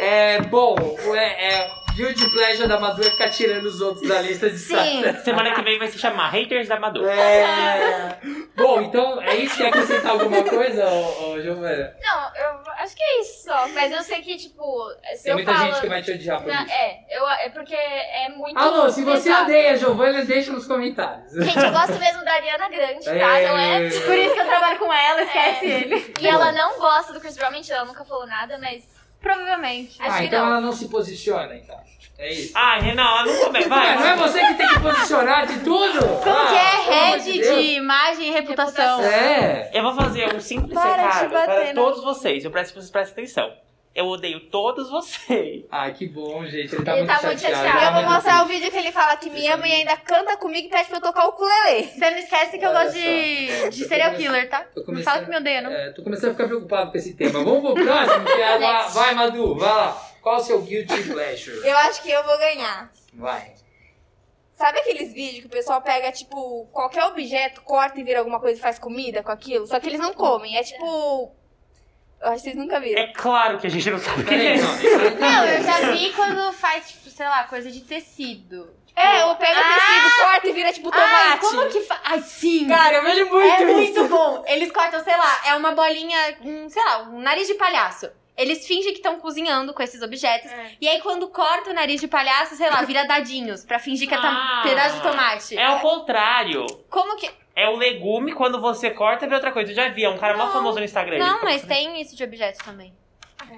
É, bom, é, é, Guilty Pleasure da Madu é ficar tirando os outros da lista de status. Semana que vem vai se chamar Haters da Madonna. É. Bom, então é isso. Quer acrescentar alguma coisa, ô, ô, Giovana? Não, eu acho que é isso só. Mas eu sei que, tipo, se Tem eu muita falo. gente que vai te odiar por Na- isso. é, eu, é porque é muito. Alô, se você pesado. odeia a Giovana, deixa nos comentários. Gente, eu gosto mesmo da Ariana Grande, tá? Não é? Por isso que eu trabalho com ela, esquece É. ele. E ela não gosta do Chris Brown, mentira, ela nunca falou nada, mas Provavelmente. acho Ah, que então não. ela não se posiciona, então. É isso. Ai, Renan, ela não come. Ué, assim? não é Vai. você que tem que posicionar de tudo? Ah, Como que é head de, Deus. imagem e reputação? É. Eu vou fazer um simples Para de recado bater, para né? todos vocês. Eu peço que vocês prestem atenção. Eu odeio todos vocês. Ai, Ah, que bom, gente. Ele tá Ele muito tá muito chateado. chateado. ele E tá eu vou muito mostrar o vídeo que ele fala que me ama e ainda canta comigo e pede pra eu tocar o ukulele. Você não esquece que eu Olha gosto de, de Tô serial começando- killer, tá? tô Não começando- fala que me odeia, não. É, tô começando a ficar preocupado com esse tema. Vamos pro próximo, que é lá. Vai, Madu, vai lá. Qual o seu guilty pleasure? Eu acho que eu vou ganhar. Vai. Sabe aqueles vídeos que o pessoal pega, tipo, qualquer objeto, corta e vira alguma coisa e faz comida com aquilo? Só que eles não comem. É tipo. Eu acho que vocês nunca viram. É claro que a gente não sabe o que é. Peraí, não. esse aí tá Não, bom. eu já vi quando faz, tipo, sei lá, coisa de tecido. É, ou pega o tecido, corta e vira tipo tomate. Ai, como que faz? Ai, sim! Cara, eu vejo muito é isso. muito bom. Eles cortam, sei lá, é uma bolinha, um, sei lá, um nariz de palhaço. Eles fingem que estão cozinhando com esses objetos. É. E aí, quando corta o nariz de palhaço, sei lá, vira dadinhos. Pra fingir que é tam- Ah. pedaço de tomate. É o contrário. Como que... É o legume, quando você corta, vê outra coisa. Eu já vi, é um cara mó Não. famoso no Instagram. ele Não, fica mas tem isso de objetos também.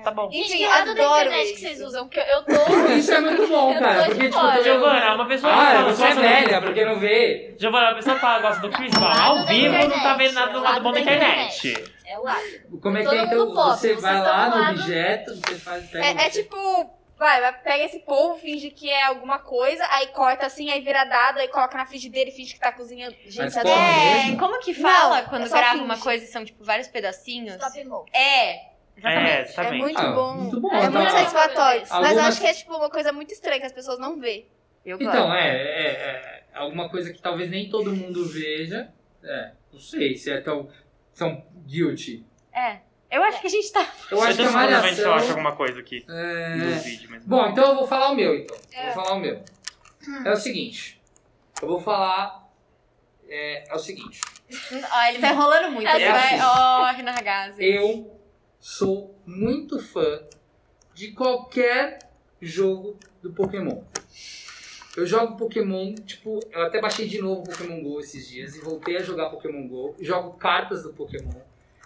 Tá bom. Gente, Enfim, que lado da adoro internet que isso. vocês usam? Porque eu tô. Isso é muito bom, Eu cara. tô de Porque, tipo, fora. todo mundo- Giovana, uma pessoa que Ah, fala, você é gosta do- velha, porque não vê. Giovana, uma pessoa que fala, gosta do Chris Brown Lado ao da vivo, não tá internet, vendo nada do lado lado bom da da internet. É o lado. Como é que Todo é, então? mundo pop, Você vocês vai estão lá no lá no- objeto, você faz... pega um É, é o- tipo, vai, vai, pega esse polvo, finge que é alguma coisa, aí corta assim, aí vira dado, aí coloca na frigideira e finge que tá cozinhando. Gente, Mas adoro. como É. mesmo? como que fala Não, é quando só grava finge. uma coisa e são, tipo, vários pedacinhos? Stop mo. É, É, exatamente. É exatamente. muito Ah, bom. muito bom, É né? muito satisfatório. Mas eu Algumas- acho que é tipo uma coisa muito estranha que as pessoas não vê. Eu gosto. Então, é, é, é alguma coisa que talvez nem todo mundo veja. É. Não sei se é tão, tão guilty. É. Eu acho que a gente tá. Eu acho que é a provavelmente eu acho malhação. é alguma coisa aqui no É... vídeo, mas. Bom, então eu vou falar o meu, então. É. Vou falar o meu. É o seguinte. Eu vou falar. É, é o seguinte. Ó, ele Tá vai. enrolando muito. É né? assim. vai- Ó, Renan Ragazzi. Eu sou muito fã de qualquer jogo do Pokémon. Eu jogo Pokémon, tipo, eu até baixei de novo Pokémon GO esses dias e voltei a jogar Pokémon GO. Jogo cartas do Pokémon.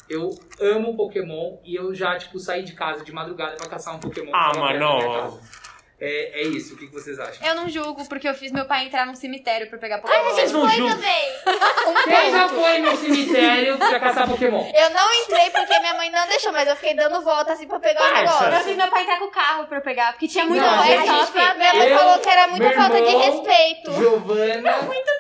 Eu amo Pokémon e eu já, tipo, saí de casa de madrugada pra caçar um Pokémon. que Ah, tava perto da mano. minha casa. É, é isso, o que que vocês acham? Eu não julgo porque eu fiz meu pai entrar num cemitério pra pegar Como Pokémon. vocês vão Foi junto? também. Quem já foi no cemitério pra caçar Pokémon? Eu não entrei porque minha mãe não deixou, mas eu fiquei dando volta assim pra pegar o Parça. Eu negócio. fiz meu pai entrar com o carro pra eu pegar, porque tinha muito Não, Não, a é gente, top. a minha mãe Eu, falou que era muita meu falta de irmão, respeito. Giovana,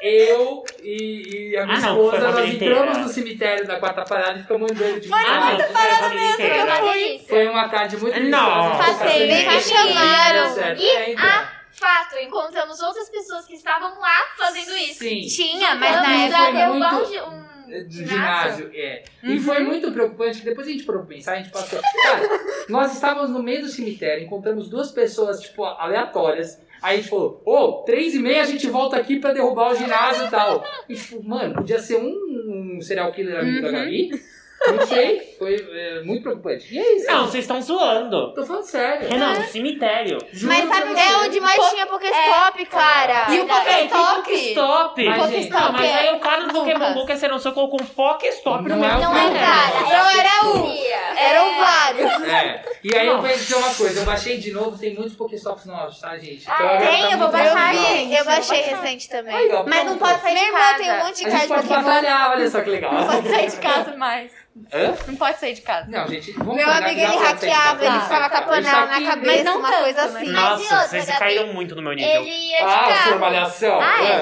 eu e, e a minha Ah, não, foi esposa, a nós família entramos inteira. no cemitério da Quarta Parada e ficamos andando de Ah, carro. não, né? parada mesmo, Foi uma inteira. delícia. Foi uma tarde muito Não. gostosa. Passei, Bem, me chamaram. certo. E É, então. Fato, encontramos outras pessoas que estavam lá fazendo isso. Sim. Tinha, mas na Vamos Foi época. já derrubar muito- um gi- um Do É ginásio. ginásio, é. Uhum. E foi muito preocupante, que depois a gente parou pra pensar, a gente passou. Cara, nós estávamos no meio do cemitério, encontramos duas pessoas, tipo, aleatórias. Aí a gente falou, ô, três e meia a gente volta aqui pra derrubar o ginásio e tal. E tipo, mano, podia ser um, um serial killer amigo da Uhum. Gabi. Não sei, foi é, muito preocupante. E é isso. Não, vocês estão zoando. Tô falando sério. Renan, cemitério. Juro Mas pra sabe você. é onde mais tinha Pokéstop, cara. É. E o Véi, tem Pokéstop? Pokéstop. Mas, gente, Não, mas é aí o cara do Pokémon Lucas. Go quer ser não sei qual com Pokéstop no Não é meio. o Não Não, é, cara. não era um. Queria. Eram vários. É. E aí eu Não. vou dizer uma coisa, eu baixei de novo, tem muitos Pokéstops novos, tá, gente? Ah, agora tem? tá Eu vou muito baixar, legal. gente. Eu baixei Eu vou baixar. recente também. Aí, ó, Mas não pronto. pode sair Minha de irmã tem um casa. monte de A cara gente de pode Pokémon. batalhar, olha só que legal. Não pode sair de casa mais. Hã? Não pode sair de casa. Não, gente, vamos Meu combinar amigo, que já ele pode sair de hackeava, casa. ele ficava com a panela Isso aqui- na cabeça, não uma tanto, coisa né? assim. Mas e Nossa, outra, vocês Gabi? caíram muito no meu nível. Ele ia de Ah, sua carro. malhação. Ah, é.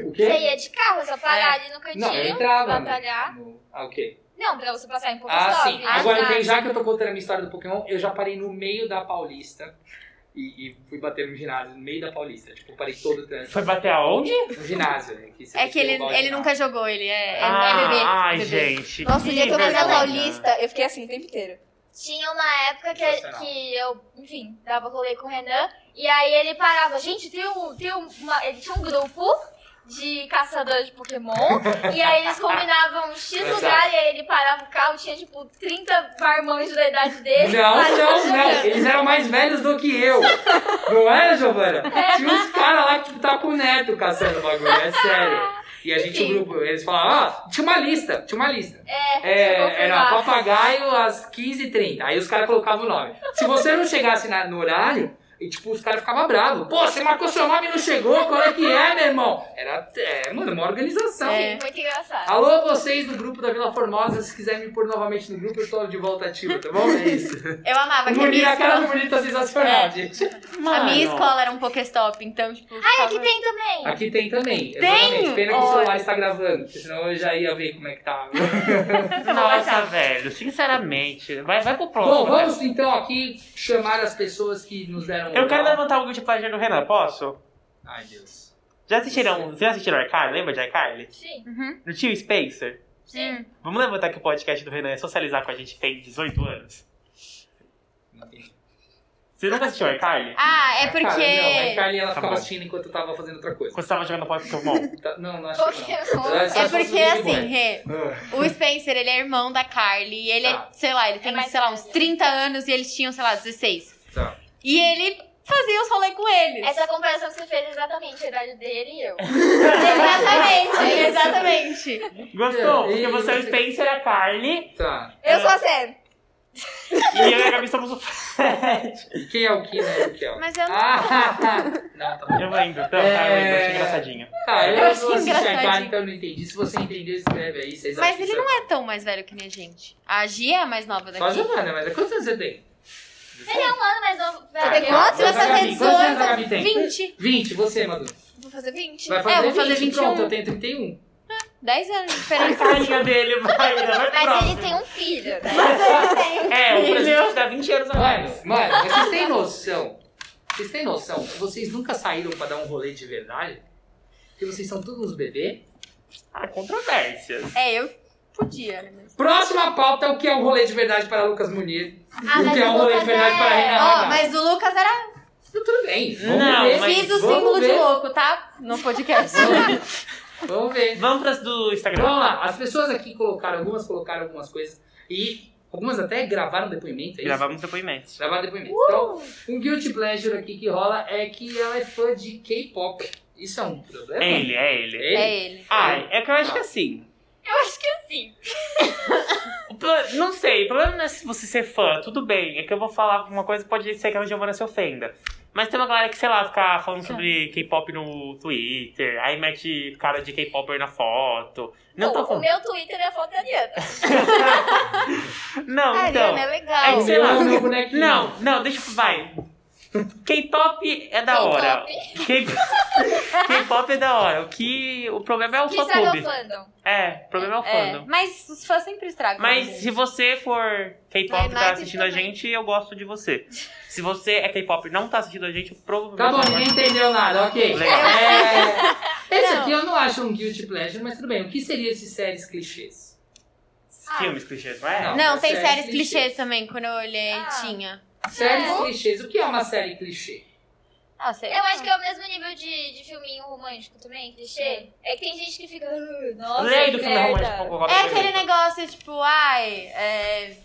O Você quê? Ah, é. ia de carro, só parar ali no cantinho, Não, eu entrava. né? batalhar. No- Ah, o quê? Não, pra você passar em pouco Ah, stop. sim. Agora, tá. tem- já que eu tô contando a minha história do Pokémon, eu já parei no meio da Paulista. E, e fui bater no ginásio, no meio da Paulista. Tipo, eu parei todo o trânsito. Foi bater aonde? No ginásio. né, você É tem que ele, derrubar o ele ginásio. nunca jogou, ele é, é, ah, é bebê. Ai, bebê. gente. Nossa, o dia que eu fui na vergonha. Paulista, eu fiquei assim o tempo inteiro. Tinha uma época que, Sensacional. que eu, enfim, dava rolê com o Renan. E aí ele parava, gente, tem um. Tem um- uma, ele tinha um grupo de caçadores de Pokémon. e aí eles combinavam um X Exato. lugar, e aí ele parava o carro, tinha tipo 30 marmanjos da idade dele. lá, Não, não, jogando. não. Eles eram mais velhos do que eu. Não era, Giovana? É. Tinha uns caras lá que tipo, tava com o neto caçando o bagulho, é sério. E a gente, o Enfim. grupo, eles falavam, ó, tinha uma lista, tinha uma lista. É, chegou, foi É, era lá. papagaio às 15h30. Aí os caras colocavam o nome. Se você não chegasse na- no horário, e tipo, os caras ficavam bravos. Pô, você marcou seu nome e não chegou, qual é que é, meu irmão? Era, é, mano, uma organização. É. Enfim, muito engraçado. Alô, vocês do grupo da Vila Formosa, se quiserem me pôr novamente no grupo, eu tô de volta ativa, tá bom? É isso. Eu amava que a Bonita, minha a cara escola, do bonito é sensacional, É. gente. a minha Mano. escola era um Pokéstop, então, tipo. Ah, Ai, é ficava- aqui tem também. Aqui tem também, Tem? exatamente. Pena que o Olha. celular está gravando, porque senão eu já ia ver como é que tá. Nossa, velho, sinceramente. Vai, vai pro próximo. Bom, né? vamos então aqui chamar as pessoas que nos deram Eu quero moral. levantar o Guilty Pleasure do Renan, posso? Ai, Deus. Já assistiram, já assistiram iCarly? Lembra de iCarly? Sim, Uhum. Do tio Spencer? Hum. sim. Vamos levantar que o podcast do Renan é socializar com a gente que tem 18 anos. Não tem- Você nunca assistiu iCarly? Ah, é Cara, não, a porque. Carly ela Tá ficava bom. assistindo enquanto eu tava fazendo outra coisa. Quando você tava jogando Pokémon. Tá- Não, não acho que não. Pokémon. Ela só É assiste porque Big assim, Rê, Boy. Ah. o Spencer, ele é irmão da Carly. E ele Tá. é, sei lá, ele tem, É mais sei lá, uns velho. 30 anos e eles tinham, sei lá, 16. Tá. E ele fazia os rolês com eles. Essa comparação que você fez é exatamente a idade dele e eu. Exatamente, exatamente. Gostou? É, Porque e- você é o Spencer, a Carly Tá. Eu sou a Sam. e eu e a Gabi somos o Fred. E Quem é o que, né? O que é o... Mas eu não. Ah, não, tá bom. Eu lembro, então, tá, eu lembro, achei engraçadinho. Tá, eu, Eu não achei assisti a Carly, engraçadinho. então eu não entendi. Se você entendeu, escreve aí. Vocês Mas acham ele que não é tão mais velho que nem a gente. A Gia é a mais nova Só a daqui. Giovana, mas é quantos anos você tem? Ele é um ano mais novo. Você tem velho. quantos? Você vai Quantos fazer anos a 18. Gabi tem? 20. 20, você, Madu. Vou fazer 20. Vai fazer, É, vou fazer 20, pronto, 21. eu tenho 31. 10 anos de A diferença. carinha dele vai, Renan, vai pro Mas ele próximo. tem um filho, né? É, o presente dá 20 anos a Mano, mais. mano, mas vocês têm noção? Vocês têm noção? Vocês nunca saíram pra dar um rolê de verdade? Porque vocês são todos uns bebê? Ah, controvérsias. É, eu podia, né? mas- Próxima pauta, o que é o rolê de verdade para Lucas Munir? Ah, o mas que é o o rolê de Lucas verdade é- para Renan Ah, Ó, Hagar? mas o Lucas era. Tudo bem, vamos Não, ver. mas- Fiz o vamos símbolo de ver. louco, tá? No podcast. Vamos ver. Vamos pras do Instagram. Vamos lá, as pessoas aqui colocaram, algumas colocaram algumas coisas e algumas até gravaram depoimento, é isso? Gravamos depoimentos. Gravar depoimento. Então, um guilty pleasure aqui que rola é que ela é fã de K-pop. Isso é um problema? É ele, é ele. É ele? É ele. Ai, é que eu acho que assim. Eu acho que assim. o pro- Não sei, o problema não é se você ser fã, tudo bem. É que eu vou falar uma coisa, pode ser que a Giovana se ofenda. Mas tem uma galera que, sei lá, fica falando sobre K-pop no Twitter, aí mete cara de K-Popper na foto. Não tô Bom, o falando. meu Twitter é a foto da Ariana. Não, Ariana né, então. é É legal. que sei Meu- lá. meu bonequinho. Não, não, deixa eu. Vai. K-pop é da hora. Então, K- K-pop é da hora. O que. O problema é o Que estragou o fã-clube. fandom. É, o problema é o É, fandom. mas os fãs sempre estragam. Mas né? se você for K-pop e Vai, tá Nike assistindo a também. gente, eu gosto de você. Se você é K-pop e não tá assistindo a gente, eu Tá bom, provavelmente. ninguém entendeu nada, ok. Legal. É, Esse Não. aqui eu não acho um guilty pleasure, mas tudo bem. O que seria de séries clichês? Ah, Filmes clichês, não é? Não. Não, tem séries séries clichês. clichês também, quando eu olhei, Ah. tinha. Séries clichês. O que é uma série clichê? Ah, sei Eu lá. acho que é o mesmo nível de, de filminho romântico também, clichê. É que tem gente que fica. "Ah, Nossa, Lei do que filme merda." romântico. qual É o aquele filme? negócio, tipo, ai, é...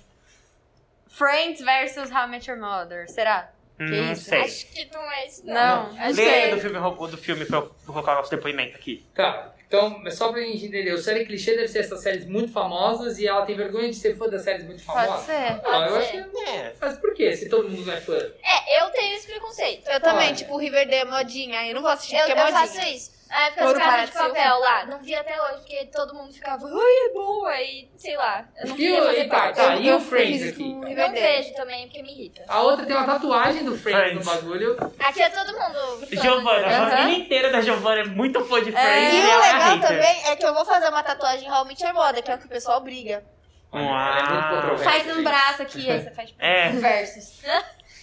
Friends versus How I Met Your Mother, será? Que Não isso? Hum, sei. Acho que não é isso, não. Não, acho que Lê é. do filme, ro- do filme pra eu colocar o nosso depoimento aqui. Tá, então, mas só pra gente entender, o série clichê deve ser essas séries muito famosas e ela tem vergonha de ser fã das séries muito Pode famosas? ser. Não, eu Pode acho ser. que... É. Mas por quê? Se todo mundo não é fã. É, eu tenho esse preconceito. Eu também, Olha. tipo, o Riverdale é modinha. Aí eu não vou assistir Eu, porque é eu modinha. faço isso. Na época Ouro do Casa Parado de Silva. Papel lá, não vi até hoje, porque todo mundo ficava, ai, é boa, e sei lá. Eu não E queria o- fazer e tá, parte. tá, Eu- e eu o Friends fiz aqui? com o Eu não Riverdale. vejo também, porque me irrita. A outra tem uma tatuagem do Friends no Friends. bagulho. Aqui é todo mundo. falando. Giovana, a Aham. família inteira da Giovana é muito fã de Friends. E e o ela é legal hater. também é que eu vou fazer uma tatuagem realmente é moda, que é o que o pessoal briga. Ela é muito Uau. controversa, Faz um gente. braço aqui, aí você faz tipo, É. versus.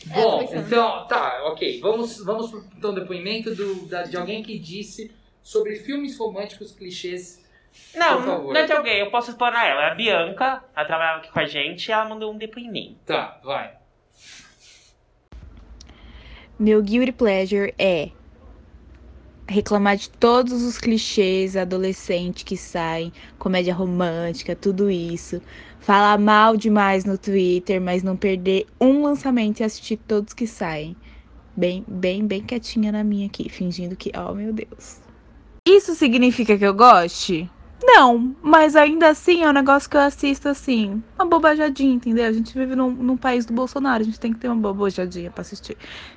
Bom, É, tô pensando. então, tá, ok. Vamos, vamos pro então, depoimento do, da- de alguém que disse sobre filmes românticos clichês. Por Não, favor. não é de alguém, eu posso explorar ela. É a Bianca, ela trabalhava aqui com a gente e ela mandou um depoimento. Tá, vai. Meu guilty pleasure é reclamar de todos os clichês adolescente que saem, comédia romântica, tudo isso. Falar mal demais no Twitter, mas não perder um lançamento e assistir todos que saem. Bem, bem, bem quietinha na minha aqui, fingindo que, oh meu Deus. Isso significa que eu goste? Não, mas ainda assim é um negócio que eu assisto assim, uma bobajadinha, entendeu? A gente vive num, num país do Bolsonaro, a gente tem que ter uma bobajadinha pra assistir.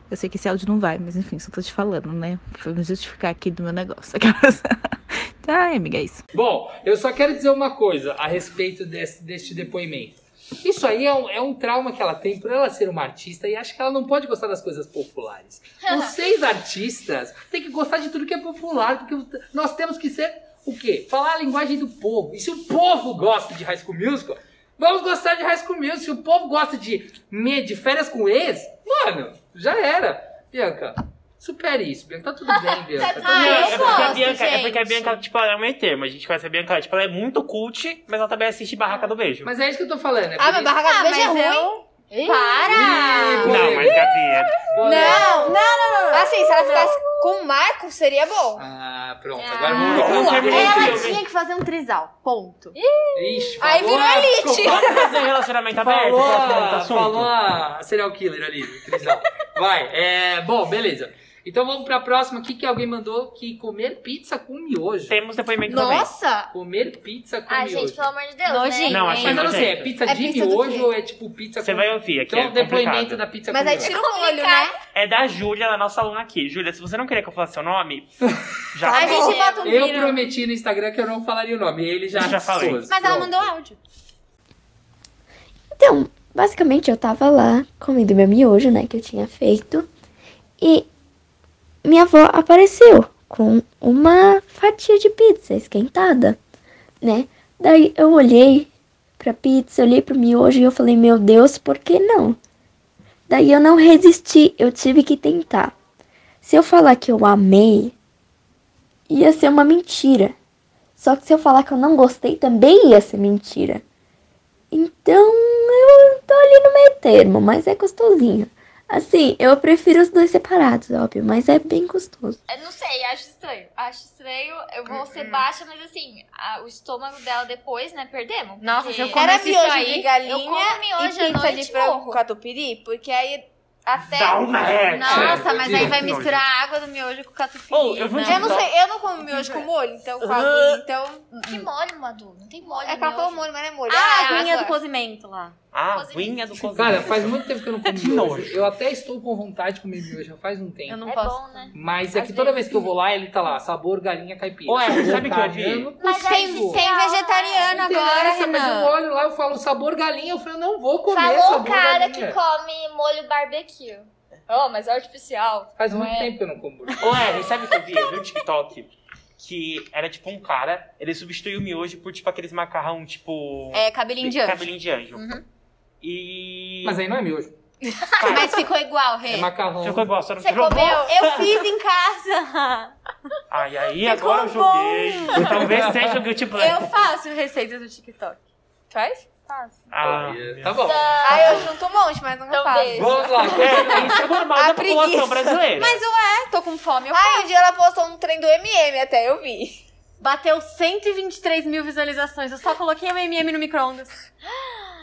Eu sei que esse áudio não vai, mas enfim, só tô te falando, né? Pra me justificar aqui do meu negócio. Aquelas... Ai, amiga, é isso. Bom, eu só quero dizer uma coisa a respeito desse, deste depoimento. Isso aí é um, é um trauma que ela tem por ela ser uma artista e acho que ela não pode gostar das coisas populares. Vocês, artistas, têm que gostar de tudo que é popular, porque nós temos que ser o quê? Falar a linguagem do povo. E se o povo gosta de High School Musical, vamos gostar de High School Musical. Se o povo gosta de, me- de férias com ex, mano, já era. Bianca, supere isso, Bianca. Tá tudo bem, Bianca. Tá tudo Ah, Não, eu é porque a gosto, Bianca, É porque a gente. Bianca, tipo, ela é um meio termo. A gente conhece a Bianca, tipo, ela é muito cult, mas ela também assiste Barraca do Beijo. Mas é isso que eu tô falando. É Ah, por mas isso- barraca do Ah, mas beijo é ruim. eu... Para! Ih, Não, mas Gabi, é- polêmica. Não, não, não, não. Assim, se ela ficasse com o Marco, seria bom. Ah, pronto. Ah. Agora vamos Vamos lá. Vamos terminar esse lá. Ela filme. tinha que fazer um trisal, ponto. Ixi, Aí falou virou a- elite. vamos fazer um relacionamento aberto, Falou, vamos falar do a- assunto. falou a serial killer ali, o Trisal. Vai, é, bom, beleza. Então vamos pra próxima aqui que alguém mandou que comer pizza com miojo. Temos depoimento Nossa! Comer pizza com Ah, miojo. gente, pelo amor de Deus, Nojinho, né? Não, Mas eu não sei, é Nojento. pizza É de pizza do miojo quê? ou é tipo pizza também. Você com... vai ouvir aqui, um Então, é depoimento complicado. da pizza Mas com aí miojo. tira o molho, né? É da Júlia, da nossa aluna aqui. Júlia, se você não queria que eu falasse seu nome, já a gente bota um Eu vídeo. prometi no Instagram que eu não falaria o nome, ele já Já falei. expôs. Mas ela Pronto. mandou áudio. Então, basicamente eu tava lá comendo meu miojo, né, que eu tinha feito, e minha avó apareceu com uma fatia de pizza esquentada, né? Daí eu olhei pra pizza, olhei pro miojo e eu falei, meu Deus, por que não? Daí eu não resisti, eu tive que tentar. Se eu falar que eu amei, ia ser uma mentira. Só que se eu falar que eu não gostei, também ia ser mentira. Então eu tô ali no meio termo, mas é gostosinho. Assim, eu prefiro os dois separados, óbvio, mas é bem gostoso. Eu não sei, acho estranho. Acho estranho. Eu vou ser baixa, mas assim, a- o estômago dela depois, né? Perdemos. Nossa, porque- se eu comer Era Era Começa isso miojo aí. de Eu galinha como e miojo à pizza de noite, frango morro. com catupiry, porque aí até... Dá um match. Nossa, mas aí vai Nojo. misturar a água do miojo com o catupiry. Oh, eu vou né? te Eu não sei, eu não como miojo com molho, então com aguinha, então... Que molho, Madu. Não tem molho. É que no ela falou miojo. molho, mas não é molho. Ah, é a aguinha do água. cozimento lá. Ah, aguinha do cozinho. Cara, faz muito tempo que eu não como Que miojo. nojo. Eu até estou com vontade de comer miojo, já faz um Eu tempo. não É posso. bom, né? Mas é Às que toda vez vezes- que eu vou lá, ele tá lá, sabor galinha caipira. Ué, Eu vou sabe o que eu tá, vi? eu não Mas aí consigo. você- Tem vegetariano Não agora, interessa, mas eu Renan. olho lá, eu falo sabor galinha, eu falo, eu não vou comer Falou o sabor cara galinha. que come molho barbecue. Oh, mas é artificial. Faz Não muito é? tempo que eu não como miojo. Ué, e sabe o que eu vi? Eu vi um TikTok que era tipo um cara, ele substituiu o miojo por tipo aqueles macarrão, tipo. É, cabelinho de anjo. Cabelinho de anjo. E. Mas aí não é miojo, Mas ficou igual, é Rei. macarrão. Ficou igual, só não Você tirou comeu? Eu fiz em casa. Ai, aí agora eu Ficou bom. joguei. Então Talvez seja o Guilty Pleasure. Eu faço receitas do TikTok. Faz? Ah, Olha, meu. Tá bom. Ah, eu junto um monte, mas nunca Então faço. deixa. Vamos lá. É, isso é normal A da população preguiça. brasileira. Mas ué, tô com fome. Eu Ah, um dia ela postou um trem do MM até, eu vi. Bateu 123 mil visualizações. Eu só coloquei o MM no micro-ondas.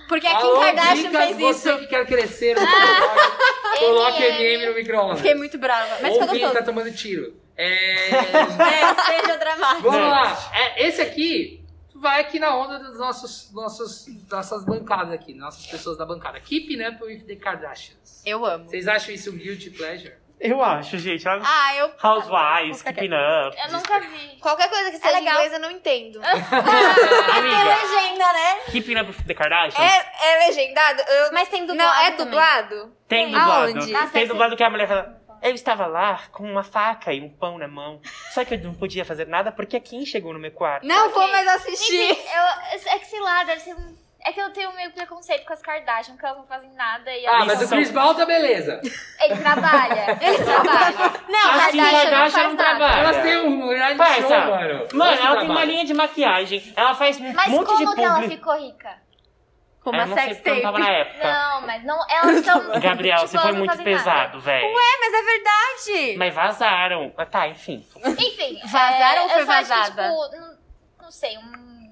Porque a Kim Alô, Kardashian dicas, fez você isso. que quer crescer Ah, no TikTok, coloque MM no micro-ondas. Fiquei muito brava. Mas Ou ficou quem gostoso. tá tomando tiro. É... É, seja dramático. Né? Vamos lá. É, esse aqui vai aqui na onda dos nossos, nossos, nossas bancadas aqui, nossas pessoas da bancada. Keeping up with the Kardashians. Eu amo. Vocês acham isso um guilty pleasure? Eu acho, gente. olha, Ah, eu. Housewives, Keeping Up. Eu nunca vi. Qualquer coisa que seja legal. inglês eu não entendo. Amiga, legenda, né? Keeping Up with the Kardashians. É, é legendado? Eu- Mas tem dublado. Não, é também. dublado? Tem Aonde? dublado. Nossa, Tem essa- dublado que a mulher fala. Eu estava lá com uma faca e um pão na mão. Só que eu não podia fazer nada porque a Kim chegou no meu quarto. Não vou Ok. mais Enfim, assistir. eu, é que sei lá, deve ser um. É que eu tenho meio preconceito com as Kardashian, que elas não fazem nada e Ah, elas- mas o Chris Brown tá beleza. ele trabalha. Ele trabalha. Não, As mas Kim Kardashian Assim, não trabalham. Elas têm um reality Faz, show, sabe? mano. Mano, Muito ela tem trabalho. uma linha de maquiagem. Ela faz um Mas monte de como que ela publi. ficou rica? Com É, uma não sei sex porque eu não tape. tava na época. Não, mas não, elas são. Gabriel, tipo, você elas foi não muito fazem nada. pesado, velho. Mas é verdade. Mas vazaram. Ah, Tá, enfim. Enfim. Vazaram é, ou foi eu só acho que, vazada? tipo, não, não sei, um,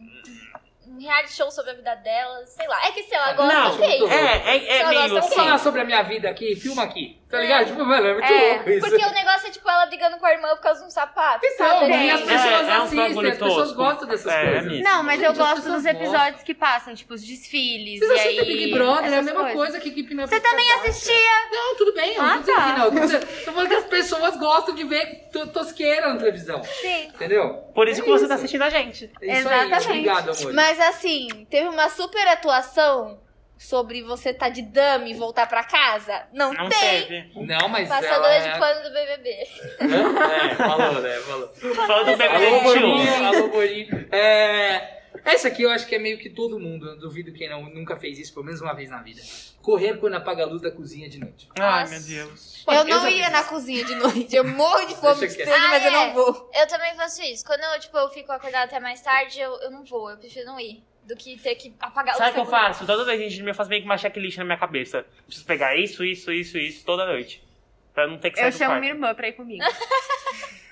um reality show sobre a vida delas, sei lá. É que se ela gosta, não, ok. muito- é, é, é Só meio gostam Vamos Sim. falar assim. sobre a minha vida aqui, filma aqui. Tá ligado? Tipo, mano, é muito É, louco isso. Porque o negócio é tipo ela brigando com a irmã por causa de um sapato. Então, e as É, pessoas é um assistem, bagulho as pessoas tosco. gostam dessas É, coisas. amigo. Não, mas eu Gente, as gosto pessoas dos episódios que passam, tipo, os desfiles. Vocês e assistem aí, Big Brother, é a essas mesma coisas. coisa que Keeping Up Você with the também Kardashians. assistia? Não, tudo bem, eu Ah, não tô dizendo tá. que não. eu Tô, dizendo- tô falando que as pessoas gostam de ver to- tosqueira na televisão. Sim. Entendeu? Por isso que você tá assistindo a gente. É isso aí. Exatamente. Obrigado, amor. Mas assim, teve uma super atuação sobre você tá de dama e voltar pra casa? Não, Não tem. teve. Não, mas. Passadora ela de é- pano do BBB. Hã? É, falou, né? Falou. Falando do Alô, BBB21. Boninho. Alô, Boninho. É. Essa aqui eu acho que é meio que todo mundo. Eu duvido quem não, nunca fez isso, pelo menos uma vez na vida. Correr quando apaga a luz da cozinha de noite. Ai, Nossa. meu Deus. Olha, eu não já ia fiz na isso. cozinha de noite. Eu morro de fome Deixa de quieto. sede, mas eu Ah, é. não vou. Eu também faço isso. Quando eu, tipo, eu fico acordada até mais tarde, eu, eu não vou. Eu prefiro não ir. Do que ter que apagar o Sabe o que eu celular. faço? Toda vez que a gente dormir, eu faço meio que uma checklist na minha cabeça. Preciso pegar isso, isso, isso, isso toda noite. Pra não ter que sair Eu do chamo quarto. minha irmã pra ir comigo.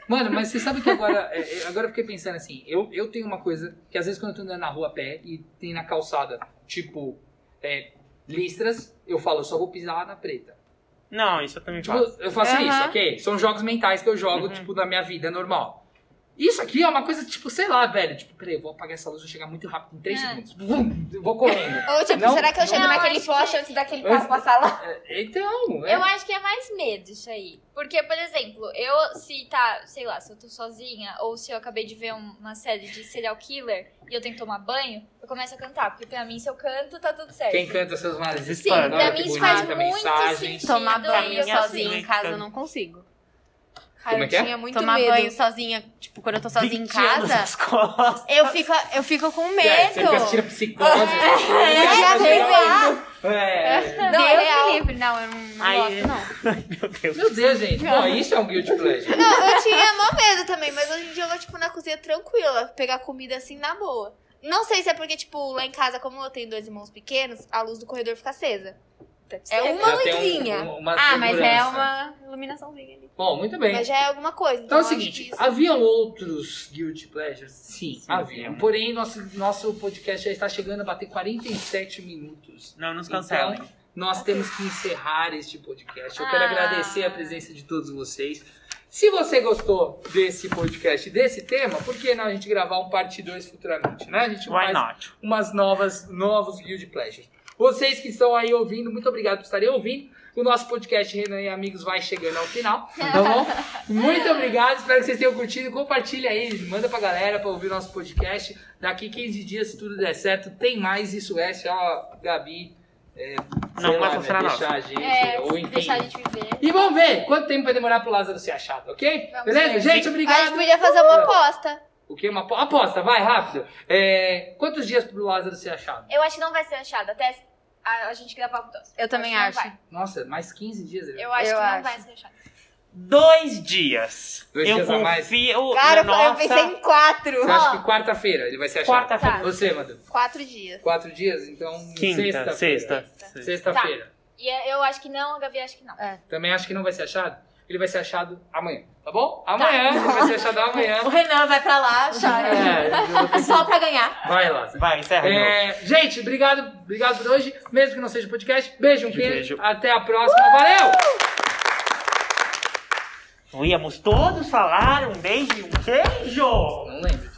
Mano, mas você sabe que agora. é, é, agora eu fiquei pensando assim. Eu, eu tenho uma coisa que às vezes quando eu tô andando na rua a pé e tem na calçada, tipo, é, listras, eu falo, eu só vou pisar na preta. Não, isso eu também Tipo, faço. eu faço Aham. isso, ok? São jogos mentais que eu jogo, Uhum. tipo, na minha vida normal. Isso aqui é uma coisa, tipo, sei lá, velho. Tipo, peraí, eu vou apagar essa luz, vou chegar muito rápido, em 3 É. segundos. Vum, eu vou correndo. Ou tipo, Não, será que eu não. chego Não, naquele acho poste que- antes daquele Antes- carro passar lá? É, Então, é. Eu acho que é mais medo isso aí. Porque, por exemplo, eu se tá, sei lá, se eu tô sozinha ou se eu acabei de ver um- uma série de serial killer e eu tenho que tomar banho, eu começo a cantar. Porque pra mim, se eu canto, tá tudo certo. Quem canta seus males tipo, Sim, Sim, Olha, pra olha mim que isso faz bonita muito mensagem. sentido. Tomar e banho eu Caminhar sozinha sozinha. sozinha. em casa eu não consigo. Cara, Como é eu que é? tinha muito Tomar medo. banho sozinha, tipo, quando eu tô sozinha em 20 casa, anos nas costas. eu fico, eu fico com É, Você medo. fica assistindo psicose. essas coisas, É, você já fica sei geral- lá. É. Não, Não, é Deus real. me livre. Não, eu não Ai, gosto, não. Meu Deus. Meu Deus, gente. Bom, isso é um guilty pleasure. Não, eu tinha mó medo também, mas hoje em dia eu vou, tipo, na cozinha tranquila, pegar comida assim na boa. Não sei se é porque, tipo, lá em casa, como eu tenho dois irmãos pequenos, a luz do corredor fica acesa. É uma Já tem um- luzinha. um- uma Ah, mas é segurança. uma iluminaçãozinha ali. Bom, muito bem. Mas já é alguma coisa. Então é o eu acho seguinte, que isso- haviam outros Guilty Pleasures? Sim, haviam. haviam. Porém, nosso, nosso podcast já está chegando a bater 47 minutos. Não, nos cancelem. Então, nós temos que encerrar este podcast. Eu quero Ah. agradecer a presença de todos vocês. Se você gostou desse podcast, desse tema, por que não a gente gravar um parte 2 futuramente, né? A gente Why faz not? umas novas, novos Guild Pleasures. Vocês que estão aí ouvindo, muito obrigado por estarem ouvindo. O nosso podcast Renan e Amigos vai chegando ao final, tá bom? Muito obrigado, espero que vocês tenham curtido. Compartilha aí, manda pra galera pra ouvir o nosso podcast. Daqui 15 dias, se tudo der certo, tem mais Isso É, se a Gabi é, Não sei vai né, funcionar, não. deixar a gente, É, ou enfim. deixar a gente viver. E vamos ver quanto tempo vai demorar pro Lázaro ser achado, ok? Beleza? Gente, A obrigado. gente podia fazer Uh! uma aposta. É. O que? Uma apo- aposta, vai, rápido. É, quantos dias pro Lázaro ser achado? Eu acho que não vai ser achado até a, a gente gravar o próximo. Eu também que não acho. vai. Nossa, mais 15 dias. né? ele- Eu acho Eu que acho. não vai ser achado. Dois dias. Dois eu dias a confio mais. Cara, na eu- nossa eu pensei em quatro. Você acha que quarta-feira ele vai ser achado? quarta-feira. Você, Madu? Quatro dias. Quatro dias? Então, Quinta, sexta-feira. sexta. sexta. Sexta-feira. E é, eu acho que não, a Gabi acho que não. Também acho que não vai ser achado. Ele vai ser achado amanhã, tá bom? Amanhã, ele vai ser achado amanhã. O Renan vai pra lá, chora. É, Só pra ganhar. vai, Lázaro. Vai, encerra. de novo. É, gente, obrigado, obrigado por hoje. Mesmo que não seja podcast, beijo, um Beijo. queijo. Até a próxima, valeu! Íamos todos falar um beijo e um queijo. Não lembro.